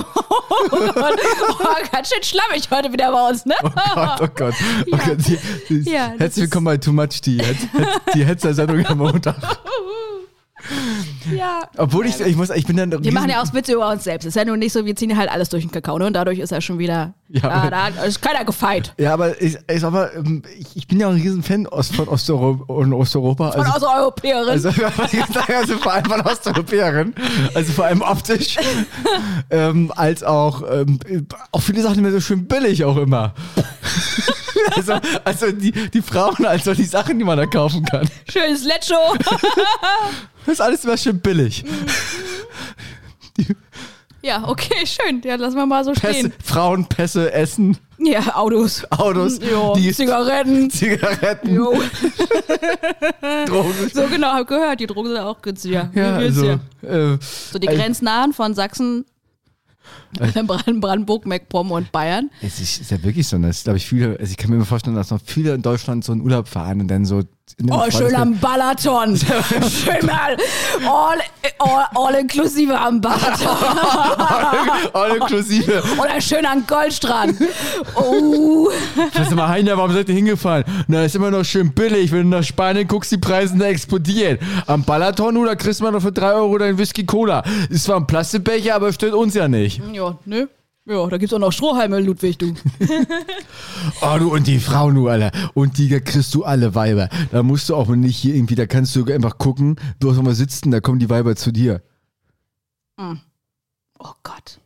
D: oh Gott, oh, ganz schön schlammig heute wieder bei uns, ne?
E: Gott, oh Gott. Oh Gott. Die, die,
D: Ja, das
E: herzlich willkommen bei Too Much, die, die Hetzer-Sendung am Montag.
D: Ja.
E: Obwohl ich, ich muss, ich bin dann.
D: Wir machen ja auch Witze über uns selbst. Ist ja nun nicht so, wir ziehen halt alles durch den Kakao, ne? Und dadurch ist er schon wieder.
E: Ja,
D: Ja,
E: aber-
D: da hat- ist keiner gefeit.
E: Ja, aber ich, ich sag mal, ähm, ich, ich bin ja auch ein Riesenfan Ost, von Osteuropa. Und Osteuropa
D: Und
E: also,
D: außer Europäerin.
E: also, also vor allem von Osteuropäern, also vor allem optisch, ähm, als auch, ähm, auch viele Sachen immer so schön billig auch immer. Also, also die, die Frauen, also die Sachen, die man da kaufen kann,
D: Schönes Lecho.
E: das ist alles immer schön billig.
D: Mhm.
E: Die
D: Ja, okay, schön. Ja, lassen wir mal so
E: Pässe,
D: stehen.
E: Frauen, Pässe, Essen,
D: Ja, Autos.
E: Autos,
D: Jo,
E: die
D: Zigaretten.
E: Zigaretten,
D: Jo.
E: Drogen.
D: So genau, hab gehört. Die Drogen sind auch günstiger.
E: Ja,
D: Wie geht's
E: also,
D: dir?
E: äh,
D: So die
E: also-
D: Grenznahen von Sachsen, Brand- Brandenburg, Meckpomm und Bayern.
E: Es ist, ist ja wirklich so, dass, glaube ich, viele, also ich kann mir immer vorstellen, dass noch viele in Deutschland so einen Urlaub fahren und dann so. in einem
D: Oh, schön
E: Freundeskreis-
D: am Balaton. Schön mal all, all, all inklusive am Balaton.
E: All inklusive.
D: Oder schön am Goldstrand. Oh.
E: Lass mal, Heiner, warum seid ihr hingefahren? Na, ist immer noch schön billig. Wenn du nach Spanien guckst, die Preise da explodieren. Am Balaton, oder kriegst man noch für 3 Euro deinen Whisky Cola. Ist zwar ein Plastikbecher, aber stört uns ja nicht.
D: Ja, ne? Ja, da gibt's auch noch Strohhalme, Ludwig, du.
E: Oh, du und die Frauen, du alle. Und die kriegst du alle Weiber. Da musst du auch nicht hier irgendwie, da kannst du einfach gucken, du hast mal sitzen, da kommen die Weiber zu dir.
D: Oh Gott.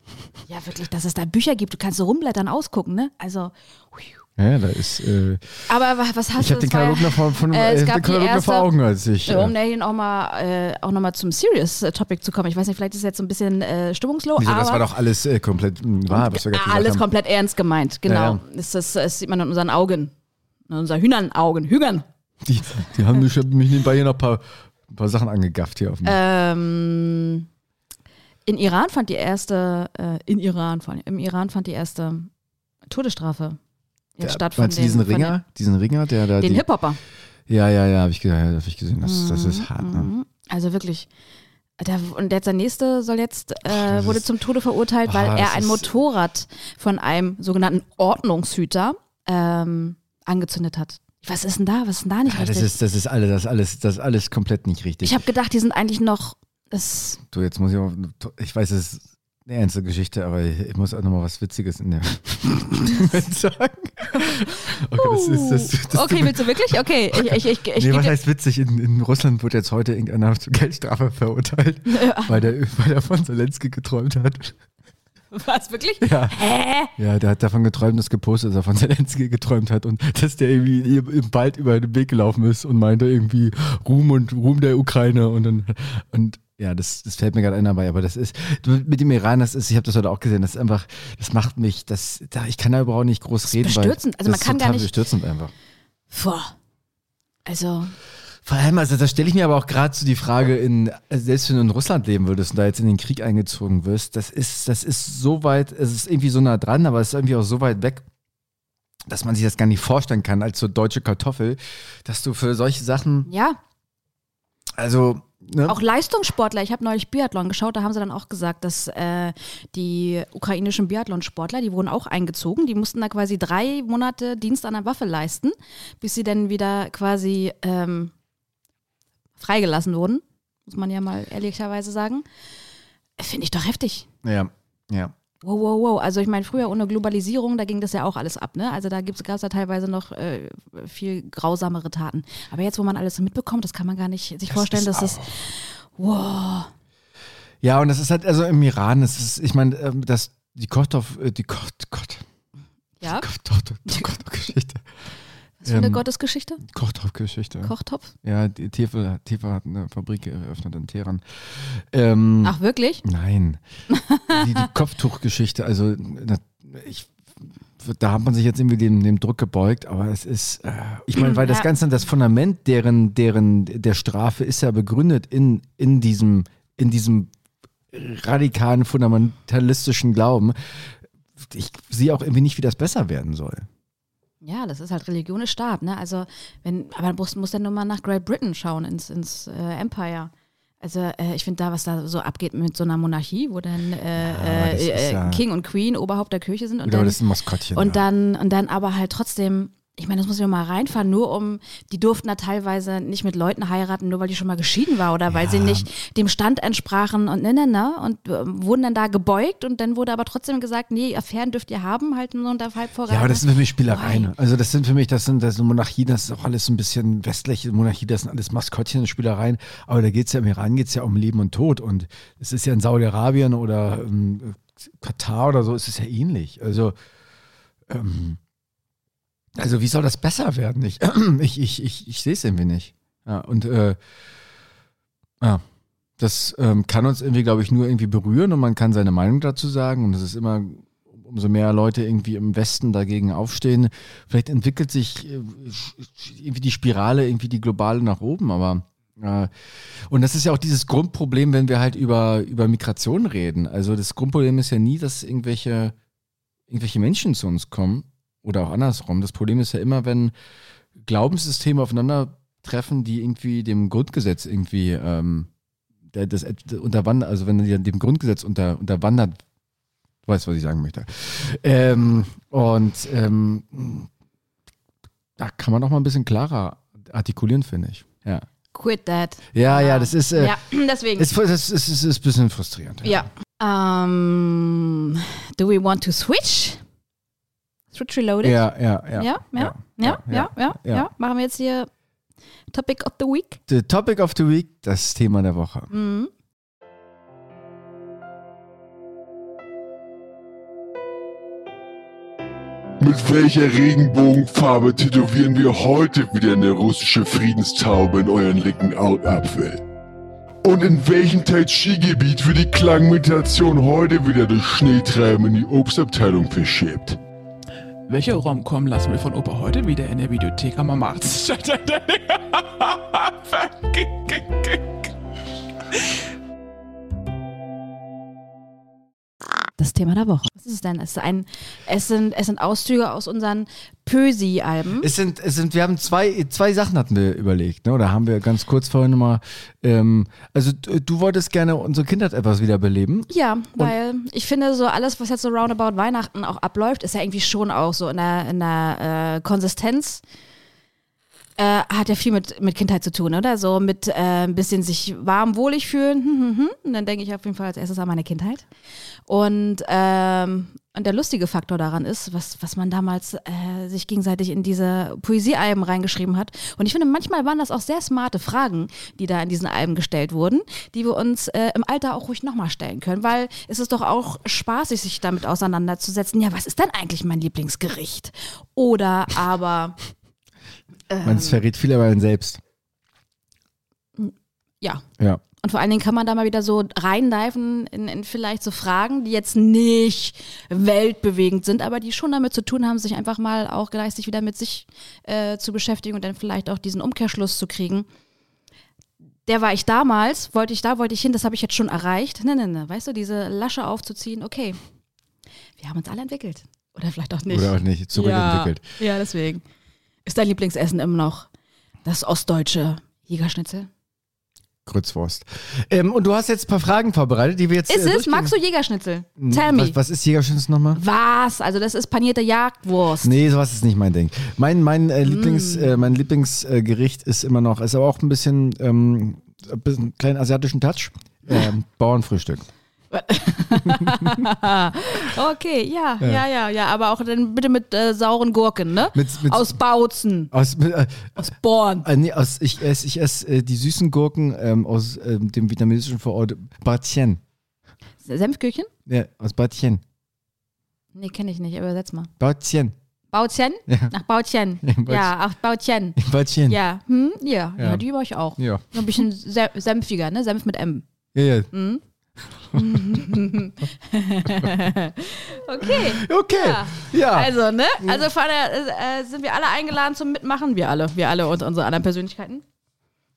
D: Ja, wirklich, dass es da Bücher gibt. Du kannst so rumblättern, ausgucken, ne? Also. hui.
E: Ja, da ist. Äh,
D: Aber wa- was hast
E: Ich habe
D: du
E: den
D: es war ja-
E: Katalog noch vor, von,
D: Äh,
E: äh,
D: es
E: den
D: gab die
E: Katalog noch vor
D: erste-
E: Augen, als ich.
D: Um
E: Äh,
D: dahin auch mal, äh, auch noch mal zum Serious-Topic zu kommen. Ich weiß nicht, vielleicht ist es jetzt so ein bisschen äh, stimmungslow,
E: wieso,
D: aber
E: das war doch alles äh, komplett mh, wahr, was wir gerade
D: alles
E: gesagt haben.
D: komplett ernst gemeint. Genau.
E: Ja, ja.
D: Ist das, das sieht man in unseren Augen. In unseren Hühnernaugen. Hügern.
E: Die, die haben mich, mich nebenbei hier noch ein paar, ein paar Sachen angegafft hier auf
D: Äh,
E: dem.
D: Ähm, in Iran fand die erste, äh, in Iran fand, im Iran fand die erste Todesstrafe jetzt
E: Der-
D: statt von
E: meinst du
D: den,
E: diesen
D: von
E: Ringer? diesen Ringer, der da.
D: den, den
E: die,
D: Hip-Hopper.
E: ja, ja, ja, habe ich, ge- hab ich gesehen. Das, das ist hart, ne?
D: Mhm. Also wirklich. Der, und jetzt der nächste soll jetzt, äh,
E: das
D: wurde
E: ist-
D: zum Tode verurteilt, weil
E: Ah,
D: er
E: das
D: ein
E: ist-
D: Motorrad von einem sogenannten Ordnungshüter ähm, angezündet hat. Was ist denn da? Was ist denn da nicht
E: Ja, Ah, das
D: richtig?
E: ist, das ist alles, das ist alles, das ist alles komplett nicht richtig.
D: ich habe gedacht, die sind eigentlich noch. Das,
E: du, jetzt muss ich auch, ich weiß, es ist eine ernste Geschichte, aber ich, ich muss auch nochmal was Witziges in der sagen. Oh Gott, das ist, das, das, das
D: Oh, okay, willst du wirklich? Okay, ich, ich, ich, ich,
E: nee,
D: geb
E: was
D: dir-
E: heißt witzig? In, in Russland wird jetzt heute irgendeiner zur Geldstrafe verurteilt, weil, der, weil er von Zelensky geträumt hat.
D: was wirklich?
E: Ja.
D: Hä?
E: Ja, der hat davon geträumt, dass gepostet, dass er von Zelensky geträumt hat und dass der irgendwie ihm ihm bald über den Weg gelaufen ist und meinte irgendwie Ruhm und Ruhm der Ukraine und dann, und ja, das, das fällt mir gerade ein dabei, aber das ist, du, mit dem Iran, das ist, ich habe das heute auch gesehen, das ist einfach, das macht mich, das, da, ich kann da überhaupt nicht groß reden.
D: bestürzend.
E: weil
D: Also man
E: das
D: kann
E: ist
D: gar
E: total
D: nicht-
E: bestürzend einfach.
D: Boah. Also,
E: Vor allem, also da stelle ich mir aber auch gerade so die Frage, in, also selbst wenn du in Russland leben würdest und da jetzt in den Krieg eingezogen wirst, das ist, das ist so weit, es ist irgendwie so nah dran, aber es ist irgendwie auch so weit weg, dass man sich das gar nicht vorstellen kann als so deutsche Kartoffel, dass du für solche Sachen,
D: ja.
E: also Ne?
D: Auch Leistungssportler, ich habe neulich Biathlon geschaut, da haben sie dann auch gesagt, dass äh, die ukrainischen Biathlonsportler, die wurden auch eingezogen, die mussten da quasi drei Monate Dienst an der Waffe leisten, bis sie dann wieder quasi ähm, freigelassen wurden, muss man ja mal ehrlicherweise sagen. Finde ich doch heftig.
E: ja, ja.
D: Wow, wow, wow. Also ich meine, früher ohne Globalisierung, da ging das ja auch alles ab, ne? Also da gab es da teilweise noch äh, viel grausamere Taten. Aber jetzt, wo man alles mitbekommt, das kann man gar nicht sich vorstellen, dass das. Wow.
E: Ja, und das ist halt, also im Iran, das ist, ich meine, ähm, das, die Kochtov, äh, die Kocht, Gott,
D: Ja? Was
E: die Kochtov-Geschichte.
D: für eine
E: Ähm,
D: Gottesgeschichte?
E: Kochtov-Geschichte.
D: Kochtopf?
E: ja, die Tefel, Tefel hat eine Fabrik eröffnet in Teheran. Ähm,
D: Ach, wirklich?
E: Nein. die, die Kopftuchgeschichte, also na, ich, da hat man sich jetzt irgendwie dem, dem Druck gebeugt, aber es ist, äh, ich meine, weil das
D: Ja.
E: Ganze, das Fundament deren, deren der Strafe ist ja begründet in, in diesem, in diesem radikalen, fundamentalistischen Glauben. Ich sehe auch irgendwie nicht, wie das besser werden soll.
D: Ja, das ist halt Religion ist Staat, ne? Also, wenn, aber man muss, muss dann nur mal nach Great Britain schauen, ins, ins äh, Empire. Also, äh, ich finde da, was da so abgeht mit so einer Monarchie, wo dann äh,
E: das
D: äh,
E: ist
D: äh,
E: ja-
D: King und Queen Oberhaupt der Kirche sind und
E: Oder
D: dann
E: das ist ein Maskottchen.
D: Und
E: ja.
D: dann, und dann aber halt trotzdem, ich meine, das muss ich mal reinfahren, nur um, die durften da teilweise nicht mit Leuten heiraten, nur weil die schon mal geschieden war oder weil sie
E: Ja.
D: nicht dem Stand entsprachen und ne, ne, ne, und äh, wurden dann da gebeugt und dann wurde aber trotzdem gesagt, nee, Affären dürft ihr haben, halt nur unter Halbvorrat.
E: Ja, aber das sind für mich Spielereien.
D: Nein.
E: Also das sind für mich, das sind, das sind Monarchie, das ist auch alles so ein bisschen westliche Monarchie, das sind alles Maskottchen und Spielereien. Aber da geht's ja im Iran, geht's ja um Leben und Tod. Und es ist ja in Saudi-Arabien oder ähm, Katar oder so, es ist ja ähnlich. Also, ähm, also wie soll das besser werden? Ich, ich, ich, ich, ich sehe es irgendwie nicht. Ja, und äh, ja, das ähm, kann uns irgendwie, glaube ich, nur irgendwie berühren und man kann seine Meinung dazu sagen. Und es ist immer umso mehr Leute irgendwie im Westen dagegen aufstehen. Vielleicht entwickelt sich äh, irgendwie die Spirale, irgendwie die globale nach oben, aber äh, und das ist ja auch dieses Grundproblem, wenn wir halt über, über Migration reden. Also das Grundproblem ist ja nie, dass irgendwelche, irgendwelche Menschen zu uns kommen oder auch andersrum. Das Problem ist ja immer, wenn Glaubenssysteme aufeinandertreffen, die irgendwie dem Grundgesetz irgendwie ähm, der- das et- unterwandert, also wenn die dem Grundgesetz unter, unterwandert Du weißt, was ich sagen möchte. Ähm, und ähm, da kann man auch mal ein bisschen klarer artikulieren, finde ich. Ja.
D: Quit that.
E: ja, ja, das ist, äh,
D: ja, deswegen.
E: ist, ist, ist, ist, ist ein bisschen frustrierend.
D: ja. Ähm, do we want to switch? Switch reloaded?
E: Ja, ja,
D: Ja,
E: ja.
D: ja, ja, ja, ja, ja, ja. Machen wir jetzt hier Topic of the Week.
E: The Topic of the Week, das Thema der Woche.
D: Mhm.
F: Mit welcher Regenbogenfarbe tätowieren wir heute wieder eine russische Friedenstaube in euren linken Augapfel? Und in welchem Tai Chi-Gebiet wird die Klangmeditation heute wieder durch Schneetreiben in die Obstabteilung verschiebt?
G: Welche Rom-Com lassen wir von Opa heute wieder in der Videothek am Marz?
D: Das Thema der Woche. Was ist es denn? Es, ist ein, es, sind, es sind Auszüge aus unseren Pösi-Alben.
E: Es sind, es sind, wir haben zwei, zwei Sachen hatten wir überlegt, ne? Oder haben wir ganz kurz vorhin mal, ähm, also du, du wolltest gerne unsere Kindheit etwas wiederbeleben.
D: Ja, weil ich finde, so alles, was jetzt so roundabout Weihnachten auch abläuft, ist ja irgendwie schon auch so in der, in der äh, Konsistenz. Äh, hat ja viel mit, mit Kindheit zu tun, oder? So mit äh, ein bisschen sich warm, wohlig fühlen. Hm, hm, hm. Und dann denke ich auf jeden Fall als erstes an meine Kindheit. Und, ähm, und der lustige Faktor daran ist, was, was man damals äh, sich gegenseitig in diese Poesiealben reingeschrieben hat. Und ich finde, manchmal waren das auch sehr smarte Fragen, die da in diesen Alben gestellt wurden, die wir uns äh, im Alter auch ruhig nochmal stellen können, weil es ist doch auch spaßig, sich damit auseinanderzusetzen. Ja, was ist denn eigentlich mein Lieblingsgericht? Oder aber,
E: Man
D: Ähm.
E: es verrät viel über einen selbst.
D: ja.
E: Ja.
D: Und vor allen Dingen kann man da mal wieder so reindeifen in, in vielleicht so Fragen, die jetzt nicht weltbewegend sind, aber die schon damit zu tun haben, sich einfach mal auch gleich sich wieder mit sich äh, zu beschäftigen und dann vielleicht auch diesen Umkehrschluss zu kriegen. Der war ich damals, wollte ich da, wollte ich hin, das habe ich jetzt schon erreicht. Ne, ne, ne, weißt du, diese Lasche aufzuziehen, okay, wir haben uns alle entwickelt. Oder vielleicht auch nicht.
E: Oder auch nicht, zurückentwickelt.
D: Ja, ja, deswegen. Ist dein Lieblingsessen immer noch das ostdeutsche Jägerschnitzel?
E: Grützwurst. Ähm, und du hast jetzt ein paar Fragen vorbereitet, die wir jetzt.
D: Ist
E: äh,
D: es?
E: durchgehen. Hm,
D: Magst du Jägerschnitzel? Tell me.
E: Was, was ist Jägerschnitz nochmal?
D: Was? Also das ist panierte Jagdwurst.
E: Nee, sowas ist nicht mein Ding. Mein, mein äh, Lieblings,
D: Mm.
E: äh, mein Lieblingsgericht äh, ist immer noch, ist aber auch ein bisschen, ähm, ein bisschen einen kleinen asiatischen Touch. Ähm, Bauernfrühstück.
D: Okay, ja, ja, ja, ja. Aber auch dann bitte mit äh, sauren Gurken, ne?
E: Mit- mit-
D: Aus Bautzen,
E: Aus, äh,
D: aus Born.
E: äh, nee, aus, ich esse ich ess, äh, die süßen Gurken ähm, aus ähm, dem vietnamesischen Vorort Batien.
D: Senfküchen?
E: Ja, aus Batien.
D: Nee, kenne ich nicht, übersetz mal.
E: Batien.
D: Bautchen?
E: Ja.
D: Nach Bautchen.
E: Ja, Bautchen.
D: Ja, auch Bautchen.
E: Batien.
D: Ja, hm, ja, ja,
E: Ja.
D: die über euch auch.
E: Ja.
D: So ein bisschen se- senfiger, ne? Senf mit M.
E: Ja, ja.
D: Mm. Okay.
E: Okay. Ja.
D: Ja. Also, ne? Also von der, äh, sind wir alle eingeladen zum Mitmachen? Wir alle. Wir alle und unsere anderen Persönlichkeiten.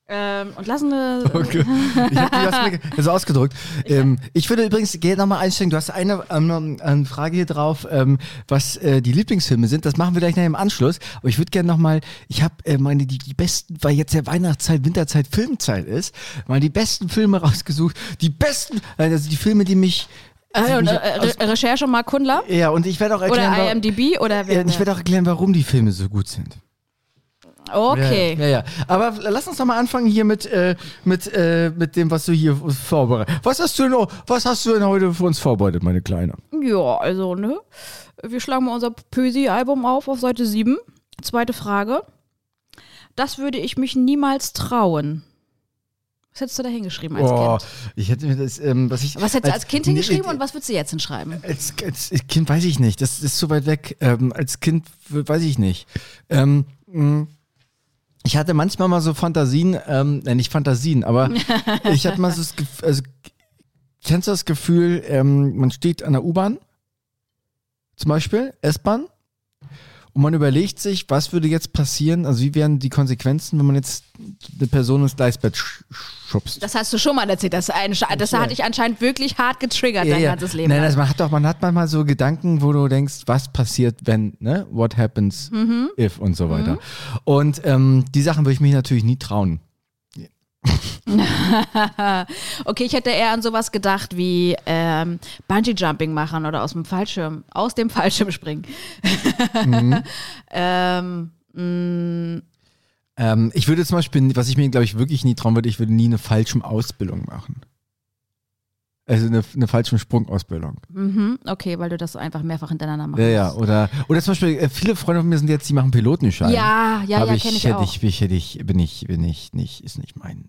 D: Ähm, und lassen wir.
E: Okay. Ich hab, du hast mir ge- so ausgedrückt. Ähm, ich würde übrigens gerne nochmal einsteigen. Du hast eine, ähm, eine Frage hier drauf, ähm, was äh, die Lieblingsfilme sind. Das machen wir gleich nachher im Anschluss. Aber ich würde gerne nochmal, ich habe äh, meine, die, die besten, weil jetzt ja Weihnachtszeit, Winterzeit, Filmzeit ist, mal die besten Filme rausgesucht. Die besten, äh, also die Filme, die mich.
D: Äh,
E: die
D: und,
E: mich
D: äh,
E: aus-
D: Re Recherche Mark Kundler
E: ja, und ich werde auch erklären.
D: oder
E: wa-
D: IMDb oder
E: äh, ich werde auch erklären, warum die Filme so gut sind.
D: Okay.
E: Ja, ja, ja. Aber lass uns doch mal anfangen hier mit, äh, mit, äh, mit dem, was du hier vorbereitet was hast. Du denn, oh, was hast du denn heute für uns vorbereitet, meine Kleine?
D: Ja, also, ne? Wir schlagen mal unser Poesiealbum auf auf Seite 7. Zweite Frage. Das würde ich mich niemals trauen. Was hättest du da hingeschrieben als
E: oh,
D: Kind?
E: ich hätte mir das, ähm, was ich.
D: Was hättest du als Kind hingeschrieben
E: Nee,
D: und was würdest du jetzt hinschreiben?
E: Als, als Kind weiß ich nicht. Das ist zu weit weg. Ähm, als Kind w- weiß ich nicht. Ähm, mh, ich hatte manchmal mal so Fantasien, ähm, nein, nicht Fantasien, aber ich hatte mal so das Gefühl, also, kennst du das Gefühl, ähm, man steht an der U-Bahn, zum Beispiel, S-Bahn, und man überlegt sich, was würde jetzt passieren, also wie wären die Konsequenzen, wenn man jetzt eine Person ins Gleisbett sch schubst.
D: Das hast du schon mal erzählt. Das, ein, das
E: Okay.
D: hat dich anscheinend wirklich hart getriggert, dein ganzes Leben.
E: Nein,
D: lang.
E: also man hat doch, man hat manchmal so Gedanken, wo du denkst, was passiert, wenn, ne? What happens
D: Mhm.
E: if und so weiter. Und ähm, die Sachen würde ich mich natürlich nie trauen.
D: okay, ich hätte eher an sowas gedacht wie ähm, Bungee-Jumping machen oder aus dem Fallschirm, aus dem Fallschirm springen.
E: Mhm.
D: ähm, mm, mh,
E: Ähm, ich würde zum Beispiel, was ich mir, glaube ich, wirklich nie trauen würde, ich würde nie eine falsche Ausbildung machen. Also eine, eine falsche Sprungausbildung.
D: mhm, okay, weil du das einfach mehrfach hintereinander machst.
E: Ja, ja. Oder, oder zum Beispiel, äh, viele Freunde von mir sind jetzt, die machen Pilotenschein.
D: ja, ja,
E: Hab
D: ja kenne ich
E: hätte
D: auch.
E: Ich, ich, hätte ich, bin ich, bin ich nicht, ist nicht mein,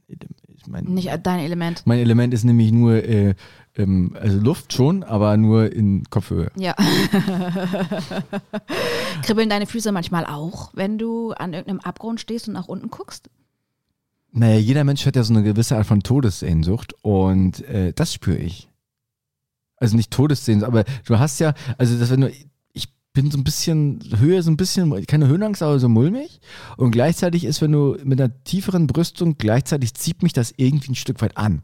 E: ist mein
D: Nicht äh, dein Element.
E: Mein Element ist nämlich nur, äh, ähm, also Luft schon, aber nur in Kopfhöhe.
D: Ja. Kribbeln deine Füße manchmal auch, wenn du an irgendeinem Abgrund stehst und nach unten guckst?
E: Naja, jeder Mensch hat ja so eine gewisse Art von Todessehnsucht und äh, das spüre ich. Also nicht Todessehnsucht, aber du hast ja, also das, wenn du, ich bin so ein bisschen, Höhe so ein bisschen, keine Höhenangst, aber so mulmig und gleichzeitig ist, wenn du mit einer tieferen Brüstung, gleichzeitig zieht mich das irgendwie ein Stück weit an.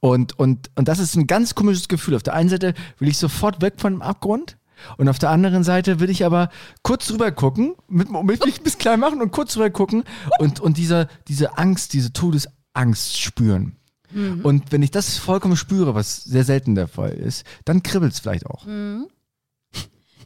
E: Und, und, und das ist ein ganz komisches Gefühl. Auf der einen Seite will ich sofort weg von dem Abgrund und auf der anderen Seite will ich aber kurz rüber gucken, mit, mit mich bis klein machen und kurz rüber gucken und, und diese, diese Angst, diese Todesangst spüren.
D: Mhm.
E: Und wenn ich das vollkommen spüre, was sehr selten der Fall ist, dann kribbelt es vielleicht auch.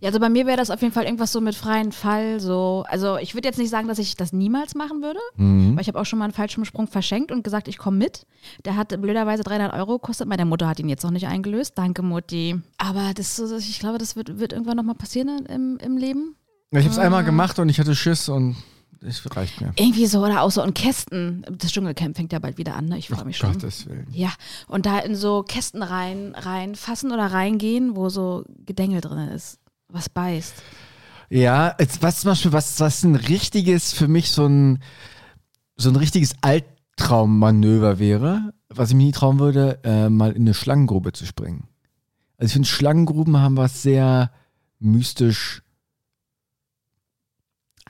D: Ja, also bei mir wäre das auf jeden Fall irgendwas so mit freien Fall. So. Also ich würde jetzt nicht sagen, dass ich das niemals machen würde, weil ich habe auch schon mal einen Fallschirmsprung verschenkt und gesagt, ich komme mit. Der hat blöderweise 300 Euro gekostet. Meine Mutter hat ihn jetzt noch nicht eingelöst. Danke, Mutti. Aber das, ist so- ich glaube, das wird, wird irgendwann nochmal passieren im, im Leben.
E: Ich habe es
D: Mhm.
E: einmal gemacht und ich hatte Schiss und es reicht mir.
D: Irgendwie so oder auch so in Kästen. Das Dschungelcamp fängt ja bald wieder an, ne? Ich freue mich schon.
E: Gottes Willen.
D: Ja, und da in so Kästen rein, reinfassen oder reingehen, wo so Gedengel drin ist, was beißt.
E: Ja, jetzt, was zum Beispiel, was, was ein richtiges, für mich so ein, so ein richtiges Albtraummanöver wäre, was ich mir nie trauen würde, äh, mal in eine Schlangengrube zu springen. Also ich finde, Schlangengruben haben was sehr mystisch.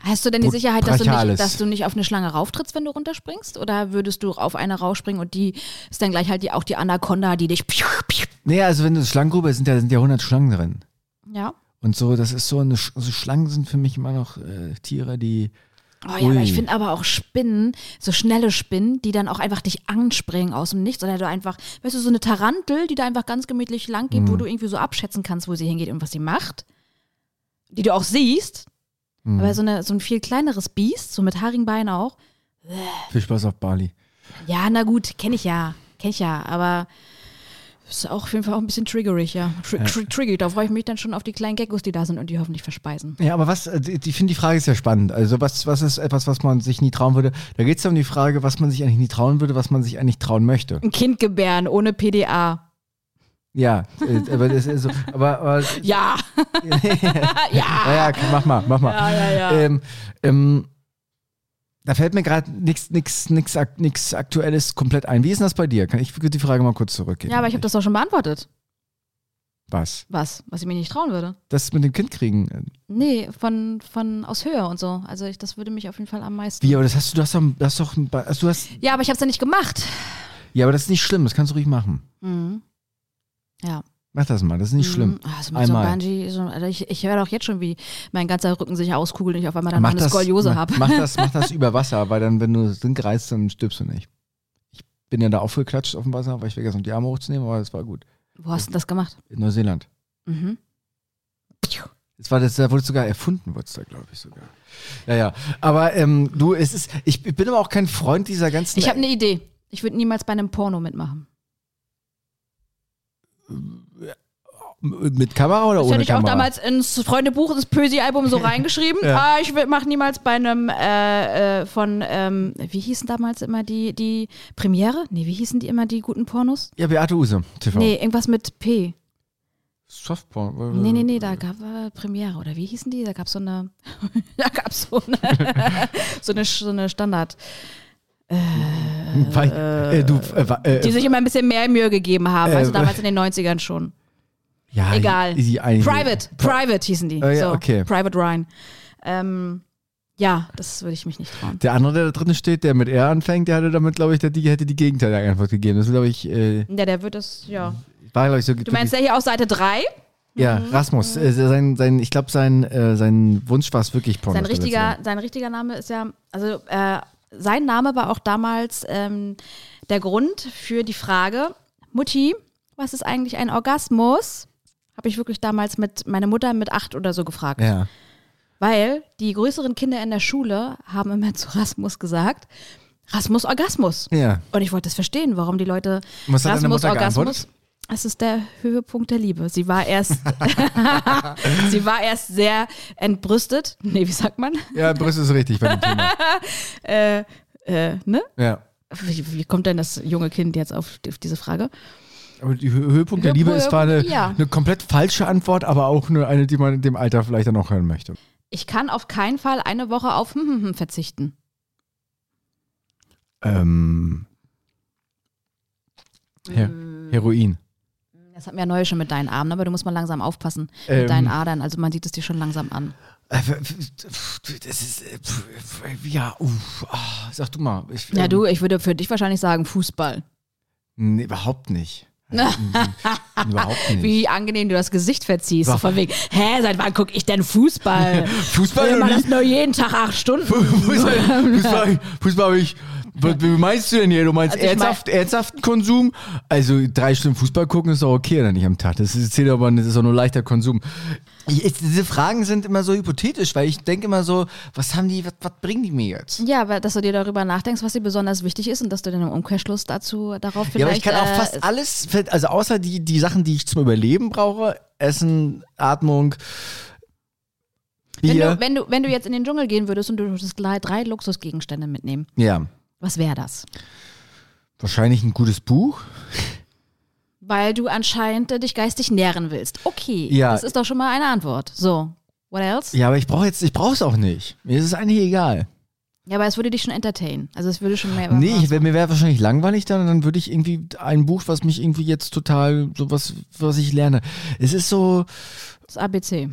D: Hast du denn die
E: Brut-
D: Sicherheit, dass du,
E: brachiales.
D: nicht, dass du nicht auf eine Schlange rauftrittst, wenn du runterspringst? Oder würdest du auf eine raufspringen und die ist dann gleich halt die, auch die Anaconda, die dich.
E: Naja, also wenn du Schlangengrube sind ja, sind ja 100 Schlangen drin.
D: Ja.
E: Und so, das ist so eine, Sch- also Schlangen sind für mich immer noch äh, Tiere, die
D: Oh ja, aber ich
E: Ui.
D: finde aber auch Spinnen, so schnelle Spinnen, die dann auch einfach dich anspringen aus dem Nichts. Oder du einfach, weißt du, so eine Tarantel, die da einfach ganz gemütlich lang geht, wo du irgendwie so abschätzen kannst, wo sie hingeht und was sie macht. Die du auch siehst.
E: hm,
D: Aber so, eine, so ein viel kleineres Biest, so mit haarigen Beinen auch.
E: Viel Spaß auf Bali.
D: Ja, na gut, kenne ich ja. Kenne ich ja, aber ist auch auf jeden Fall auch ein bisschen triggerig, ja. Tri tri triggerig, da freue ich mich dann schon auf die kleinen Geckos, die da sind und die hoffentlich verspeisen.
E: Ja, aber was, äh, die, die- ich finde die Frage ist ja spannend. Also was, was ist etwas, was man sich nie trauen würde? Da geht es ja um die Frage, was man sich eigentlich nie trauen würde, was man sich eigentlich trauen möchte.
D: Ein Kind gebären ohne PDA.
E: Ja, äh, aber das ist so, aber, aber
D: Ja.
E: ja, ja, komm, mach mal, mach mal.
D: Ja, ja, ja.
E: Ähm, ähm, da fällt mir gerade nichts nix, nix, ak- nix Aktuelles komplett ein. Wie ist denn das bei dir? Kann ich die Frage mal kurz zurückgeben?
D: Ja, aber ich habe das doch schon beantwortet.
E: Was?
D: Was? Was ich mir nicht trauen würde.
E: Das mit dem Kind kriegen. äh,
D: Nee, von, von aus Höhe und so. Also ich, das würde mich auf jeden Fall am meisten.
E: Wie, aber das hast du, das hast doch, das hast doch, ein Ba- also du hast,
D: Ja, aber ich habe es ja nicht gemacht.
E: ja, aber das ist nicht schlimm, das kannst du ruhig machen.
D: Mhm. Ja.
E: Mach das mal, das ist nicht schlimm.
D: Mhm. Also mit so
E: Einmal.
D: Bungee, so, also ich, ich höre doch jetzt schon, wie mein ganzer Rücken sich auskugelt und ich auf einmal dann
E: mach
D: noch eine
E: das,
D: Skoliose
E: ma-
D: habe.
E: Mach das, mach das über Wasser, weil dann, wenn du es drin reißt, dann stirbst du nicht. Ich bin ja da aufgeklatscht auf dem Wasser, weil ich vergessen habe, die Arme hochzunehmen, aber das war gut.
D: Wo hast du denn das gemacht?
E: In Neuseeland.
D: Mhm.
E: Es war das, da wurde sogar erfunden, wurde es da, glaube ich, sogar. Ja, ja. Aber ähm, du, es ist, ich bin aber auch kein Freund dieser ganzen.
D: Ich habe eine Idee. Ich würde niemals bei einem Porno mitmachen.
E: mit Kamera oder
D: Das hätte
E: ohne
D: ich
E: Kamera?
D: auch damals ins Freundebuch, ins Pösi-Album so reingeschrieben.
E: Ja.
D: Ah, ich mache niemals bei einem äh, äh, von, ähm, wie hießen damals immer die, die Premiere? Nee, wie hießen die immer die guten Pornos?
E: ja, Beate Use, TV.
D: Nee, irgendwas mit P.
E: Softporn.
D: Nee, nee, nee, da gab äh, Premiere oder wie hießen die? Da gab so eine, da gab so eine, so eine, so eine Standard,
E: Weil, äh, du, äh, wa- äh,
D: die sich immer ein bisschen mehr Mühe gegeben haben, also
E: Äh,
D: damals in den 90ern schon.
E: ja,
D: Egal.
E: Die, die einige-
D: Private, Private hießen die.
E: Ah, ja,
D: so,
E: okay.
D: Private Ryan. Ähm, ja, das würde ich mich nicht trauen.
E: Der andere, der da drin steht, der mit R anfängt, der hatte damit, glaube ich, der die, hätte die Gegenteil einfach gegeben. Das ist, glaube ich, äh,
D: Ja, der wird das,
E: Mhm.
D: ja.
E: war, glaube ich, so.
D: Du meinst Mhm. der hier auf Seite 3?
E: Ja, Rasmus. Äh, sein, sein, ich glaube, sein, äh, sein Wunsch war es wirklich Pornos.
D: Sein
E: zu erzählen.
D: richtiger, sein richtiger Name ist ja, also äh, sein Name war auch damals ähm, der Grund für die Frage, Mutti, was ist eigentlich ein Orgasmus? Habe ich wirklich damals mit meine Mutter mit acht oder so gefragt.
E: Ja.
D: Weil die größeren Kinder in der Schule haben immer zu Rasmus gesagt, Rasmus Orgasmus.
E: Ja.
D: Und ich wollte es verstehen, warum die Leute
E: Und was hat deine Mutter geantwortet?
D: Es ist der Höhepunkt der Liebe. Sie war erst, sie war erst sehr entbrüstet. Nee, wie sagt man?
E: Ja, Brüssel ist richtig bei dem Thema.
D: Äh, äh, ne?
E: Ja.
D: Wie, wie kommt denn das junge Kind jetzt auf, auf diese Frage?
E: Aber die Hö- Höhepunkt der
D: Höhepunkt,
E: Liebe ist zwar eine,
D: ja.
E: eine komplett falsche Antwort, aber auch eine, eine, die man in dem Alter vielleicht dann auch hören möchte.
D: Ich kann auf keinen Fall eine Woche auf hm, hm, hm verzichten.
E: Ähm. Her
D: Mhm.
E: Heroin.
D: Das hatten wir ja neu schon mit deinen Armen, aber du musst mal langsam aufpassen
E: Ähm.
D: mit deinen Adern. Also man sieht es dir schon langsam an.
E: Äh, pf- pf- Das ist. äh, pf- pf- Ja, uff, ah, sag du mal. Ich,
D: Ja,
E: ähm,
D: du, ich würde für dich wahrscheinlich sagen Fußball.
E: Nee, überhaupt nicht. Also, mm, überhaupt nicht.
D: Wie angenehm du das Gesicht verziehst. So
E: Wa-
D: von wegen, hä, seit wann gucke ich denn Fußball?
E: Fußball
D: Will
E: noch
D: man
E: nie?
D: das nur jeden Tag acht Stunden?
E: Fußball, Fußball, Fußball hab ich. Was, wie meinst du denn hier? Du meinst
D: Also ich mein-
E: ernsthaft, ernsthaften Konsum? Also drei Stunden Fußball gucken ist doch okay, oder nicht am Tag? Das ist, zählt aber, das ist doch nur leichter Konsum. Ich, ich, diese Fragen sind immer so hypothetisch, weil ich denke immer so, was haben die, was, was bringen die mir jetzt?
D: Ja, aber dass du dir darüber nachdenkst, was dir besonders wichtig ist und dass du dann im Umkehrschluss dazu darauf vielleicht.
E: ja, aber ich kann auch
D: äh,
E: fast alles, also außer die, die Sachen, die ich zum Überleben brauche, Essen, Atmung,
D: wenn,
E: Bier.
D: du, wenn, du, wenn du jetzt in den Dschungel gehen würdest und du würdest gleich drei Luxusgegenstände mitnehmen,
E: ja,
D: was wäre das?
E: wahrscheinlich ein gutes Buch.
D: Weil du anscheinend äh, dich geistig nähren willst. Okay,
E: Ja.
D: das ist doch schon mal eine Antwort. So, what else?
E: Ja, aber ich brauche jetzt, ich brauche es auch nicht. Mir ist es eigentlich egal.
D: Ja, aber es würde dich schon entertainen. Also es würde schon mehr.
E: Nee, ich, wär- mir wäre wahrscheinlich langweilig dann und dann würde ich irgendwie ein Buch, was mich irgendwie jetzt total, so was, was ich lerne. Es ist so,
D: das ABC.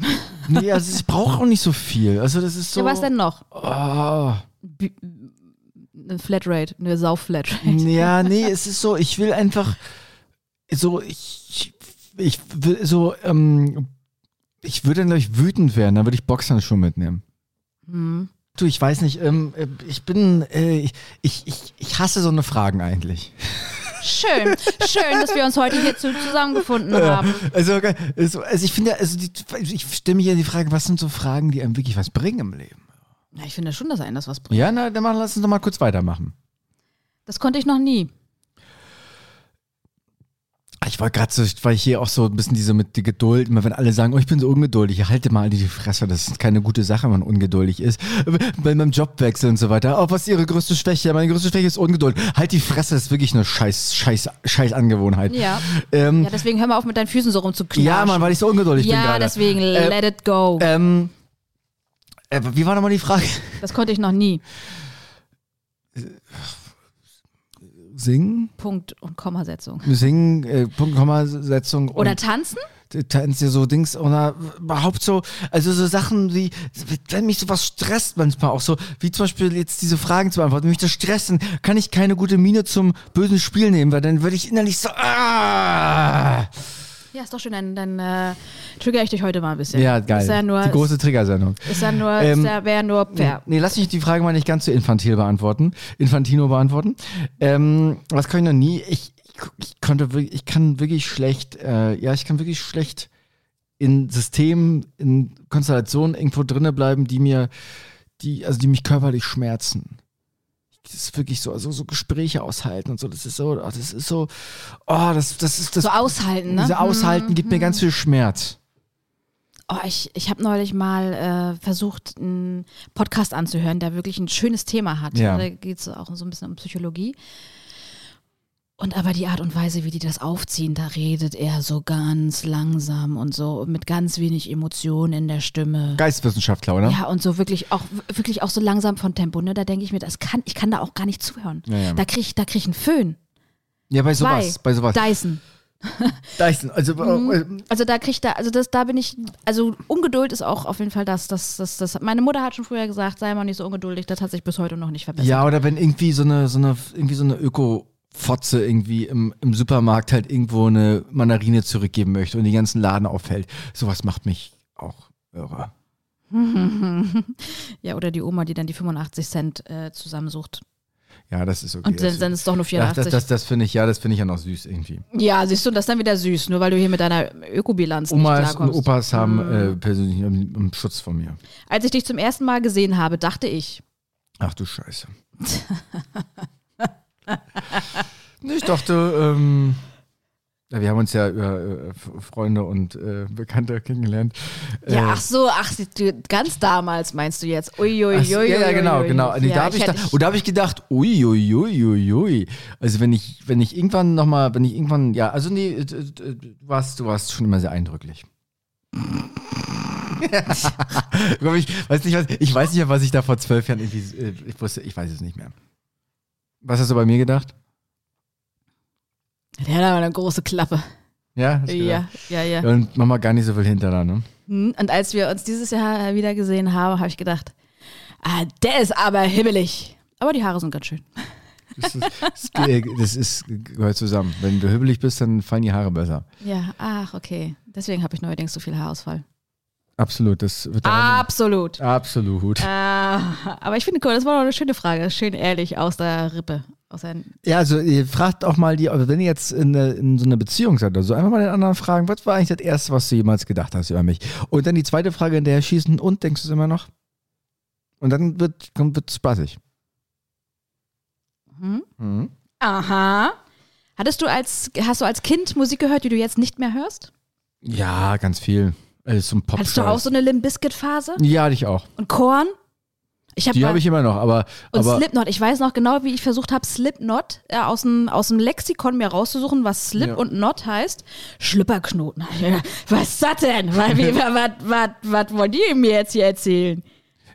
E: nee, also ich brauche auch nicht so viel. Also das ist so.
D: Ja, was denn noch?
E: Oh,
D: B- Eine Flatrate, eine Sau-Flatrate.
E: ja, nee, es ist so, ich will einfach so, ich, ich will so, ähm, ich würde dann, glaube ich, wütend werden, dann würde ich Boxhandschuhe mitnehmen.
D: Hm.
E: Du, ich weiß nicht, ähm, äh, ich bin, äh, ich, ich, ich hasse so eine Fragen eigentlich.
D: Schön, schön, dass wir uns heute hier zu, zusammengefunden haben.
E: Also, okay, also, also ich finde, ja, also die, ich stimme hier in die Frage, was sind so Fragen, die einem wirklich was bringen im Leben?
D: Ja, ich finde schon, dass einen das was bringt.
E: Ja, na, dann machen, lass uns doch mal kurz weitermachen.
D: Das konnte ich noch nie.
E: Ah, Ich wollte gerade so, weil ich hier auch so ein bisschen diese mit die Geduld, immer wenn alle sagen, oh, ich bin so ungeduldig, halte mal die Fresse, das ist keine gute Sache, wenn man ungeduldig ist. Bei meinem Jobwechsel und so weiter. Oh, was ist Ihre größte Schwäche? Meine größte Schwäche ist Ungeduld. Halt die Fresse, das ist wirklich eine scheiß, scheiß, scheiß Angewohnheit.
D: Ja.
E: Ähm,
D: Ja, deswegen hör mal auf mit deinen Füßen so rumzuknarschen.
E: ja, Mann, weil ich so ungeduldig bin
D: Ja,
E: gerade.
D: deswegen
E: Äh,
D: let it go.
E: Ähm, äh, wie war nochmal die Frage?
D: Das konnte ich noch nie.
E: Singen?
D: Punkt und Kommasetzung.
E: Singen, äh, Punkt, Komma, Setzung.
D: Oder
E: und
D: tanzen?
E: tanzt ihr so Dings oder überhaupt so, also so Sachen wie, wenn mich sowas stresst manchmal auch so, wie zum Beispiel jetzt diese Fragen zu beantworten, wenn mich das stresst, dann kann ich keine gute Miene zum bösen Spiel nehmen, weil dann würde ich innerlich so, ah!
D: Ja, ist doch schön, dann, dann äh, trigger ich dich heute mal ein bisschen.
E: Ja, geil.
D: Ist ja nur,
E: Die große Triggersendung.
D: ist ja nur,
E: Ähm,
D: ist ja, wär nur fair.
E: Nee, lass mich die Frage mal nicht ganz so infantil beantworten. Infantino beantworten. Ähm, was kann ich noch nie? Ich, ich, ich konnte wirklich, ich kann wirklich schlecht, äh, ja, ich kann wirklich schlecht in Systemen, in Konstellationen irgendwo drinne bleiben, die mir, die, also die mich körperlich schmerzen. Das ist wirklich so, also so Gespräche aushalten und so, das ist so, oh, das ist so, oh, das, das ist das.
D: so aushalten, ne? mhm.
E: Diese Aushalten gibt mir ganz viel Schmerz.
D: Oh, ich ich habe neulich mal äh, versucht, einen Podcast anzuhören, der wirklich ein schönes Thema hat.
E: Ja.
D: Da geht es auch so ein bisschen um Psychologie. Und aber die Art und Weise, wie die das aufziehen, da redet er so ganz langsam und so mit ganz wenig Emotionen in der Stimme.
E: Geistwissenschaftler, oder?
D: Ja, und so wirklich auch, wirklich auch so langsam von Tempo, ne? Da denke ich mir, das kann, ich kann da auch gar nicht zuhören.
E: Ja, ja.
D: Da kriege ich, da krieg ich einen Föhn.
E: Ja, bei
D: Zwei.
E: sowas, bei sowas.
D: Dyson.
E: Dyson, also äh,
D: Also da krieg ich da, also das, da bin ich, also Ungeduld ist auch auf jeden Fall das, das, das, das. Meine Mutter hat schon früher gesagt, sei mal nicht so ungeduldig, das hat sich bis heute noch nicht verbessert.
E: Ja, oder wenn irgendwie so eine, so eine, irgendwie so eine Öko-Fotze irgendwie im, im Supermarkt halt irgendwo eine Mandarine zurückgeben möchte und den ganzen Laden aufhält. Sowas macht mich auch irre.
D: Ja, oder die Oma, die dann die 85 Cent äh, zusammensucht.
E: Ja, das ist okay.
D: Und
E: das,
D: dann, dann ist es doch nur
E: das,
D: 84.
E: das, das, das finde ich, ja, das finde ich ja noch süß irgendwie.
D: ja, siehst du, das ist dann wieder süß, nur weil du hier mit deiner Ökobilanz nicht
E: Omas und
D: klarkommst. Hm.
E: Opas haben äh, persönlich einen, einen Schutz von mir.
D: Als ich dich zum ersten Mal gesehen habe, dachte ich,
E: Ach du Scheiße. ich dachte, ähm, ja, wir haben uns ja über äh, F- Freunde und äh, Bekannte kennengelernt.
D: ja,
E: Äh,
D: ach so, ach, du, ganz damals meinst du jetzt. Uiuiui.
E: Ach so, ja, ja, genau, genau. Also, da hab ich da, und da habe ich gedacht, uiuiuiui. Also wenn ich, wenn ich irgendwann nochmal, wenn ich irgendwann, ja, also nee, äh, äh, du warst, du warst schon immer sehr eindrücklich. Glaub ich, weiß nicht, was, ich weiß nicht, was ich da vor zwölf Jahren irgendwie, äh, ich wusste, ich weiß es nicht mehr. Was hast du bei mir gedacht?
D: Der hat aber eine große Klappe.
E: Ja? hast du
D: Ja,
E: gedacht?
D: ja, ja.
E: Und mach mal gar nicht so viel hinter da, ne?
D: Hm, Und als wir uns dieses Jahr äh, wieder gesehen haben, habe ich gedacht, ah, der ist aber hibbelig. Aber die Haare sind ganz schön.
E: Das, ist, das, äh, das ist, gehört zusammen. Wenn du hibbelig bist, dann fallen die Haare besser.
D: Ja, ach, okay. Deswegen habe ich neuerdings so viel Haarausfall.
E: Absolut, das wird der-
D: Absolut.
E: Absolut.
D: Ah, aber ich finde cool, das war doch eine schöne Frage. Schön ehrlich, aus der Rippe. Aus der,
E: Ja, also ihr fragt auch mal die, also wenn ihr jetzt in, eine- in so einer Beziehung seid oder so, einfach mal den anderen fragen, was war eigentlich das Erste, was du jemals gedacht hast über mich? Und dann die zweite Frage hinterher schießen und denkst du es immer noch? Und dann wird kommt- wird's spaßig.
D: Mhm.
E: Mhm.
D: aha. Hattest du als, hast du als Kind Musik gehört, die du jetzt nicht mehr hörst?
E: Ja, ganz viel. Also zum Pop.
D: Hattest du auch so eine Limp Bizkit Phase?
E: Ja, dich auch.
D: Und Korn? Ich hab
E: Die
D: mal-
E: habe ich immer noch, aber,
D: Und
E: aber
D: Slipknot, ich weiß noch genau, wie ich versucht habe, Slipknot äh, aus, dem, aus dem Lexikon mir rauszusuchen, was Slip
E: Ja.
D: und Not heißt. Schlüpperknoten. Was ist das denn? Was, wie- wa- wa- wa- was wollt ihr mir jetzt hier erzählen?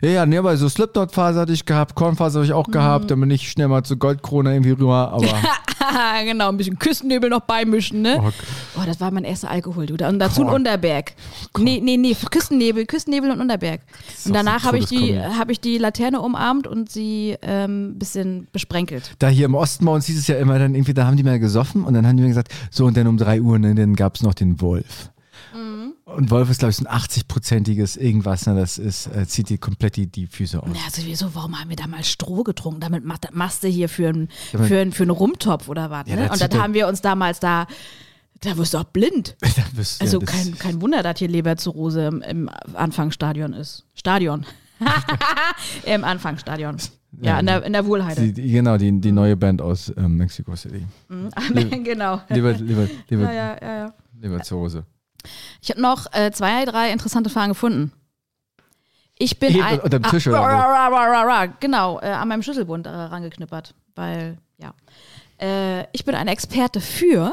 E: ja, ja, nee, aber so Slipknot-Phase hatte ich gehabt, Kornphase habe ich
D: Mhm.
E: auch gehabt, dann bin ich schnell mal zu Goldkrone irgendwie rüber, aber
D: Haha, genau, ein bisschen Küstennebel noch beimischen, ne?
E: Oh,
D: Oh,
E: Gott.
D: das war mein erster Alkohol, du. Und dazu ein
E: Gott.
D: Unterberg. nee, nee, nee, Küstennebel, Küstennebel und Unterberg.
E: ist
D: Und
E: doch so
D: danach habe ich, die-
E: Todeskomödie.
D: hab ich die Laterne umarmt und sie ein ähm, bisschen besprenkelt.
E: da hier im Osten bei uns hieß es ja immer dann irgendwie, da haben die mal gesoffen und dann haben die mir gesagt, so und dann um 3 Uhr, ne, dann gab es noch den Wolf.
D: Mhm.
E: Und Wolf ist, glaube ich, so ein 80-prozentiges irgendwas. Ne? Das ist, äh, zieht die komplett die, die Füße aus.
D: Ja, sowieso, Also warum haben wir da mal Stroh getrunken? Damit macht- machst du hier für einen für einen- für einen Rumtopf oder was.
E: Ja,
D: ne?
E: da
D: Und
E: zieht
D: dann
E: er-
D: haben wir uns damals da, da wirst du auch blind.
E: Da wirst du-
D: Also
E: das-
D: kein, kein Wunder, dass hier Leberzirrhose im, im Anfangsstadion ist. Stadion. Im Anfangsstadion. Ja, in der, in der Wohlheide.
E: die, die, genau, die, die neue Band aus ähm, Mexico City.
D: genau.
E: Lieber, lieber, lieber,
D: Ja, ja, ja, ja.
E: lieber zur Hose.
D: Ich habe noch äh, zwei, drei interessante Fragen gefunden. Ich bin
E: Eben
D: ein,
E: unter dem Tisch oder wo?
D: ra, ra, ra, ra, ra, genau äh, an meinem Schlüsselbund äh, rangeknippert, weil ja. Äh, ich bin ein Experte für.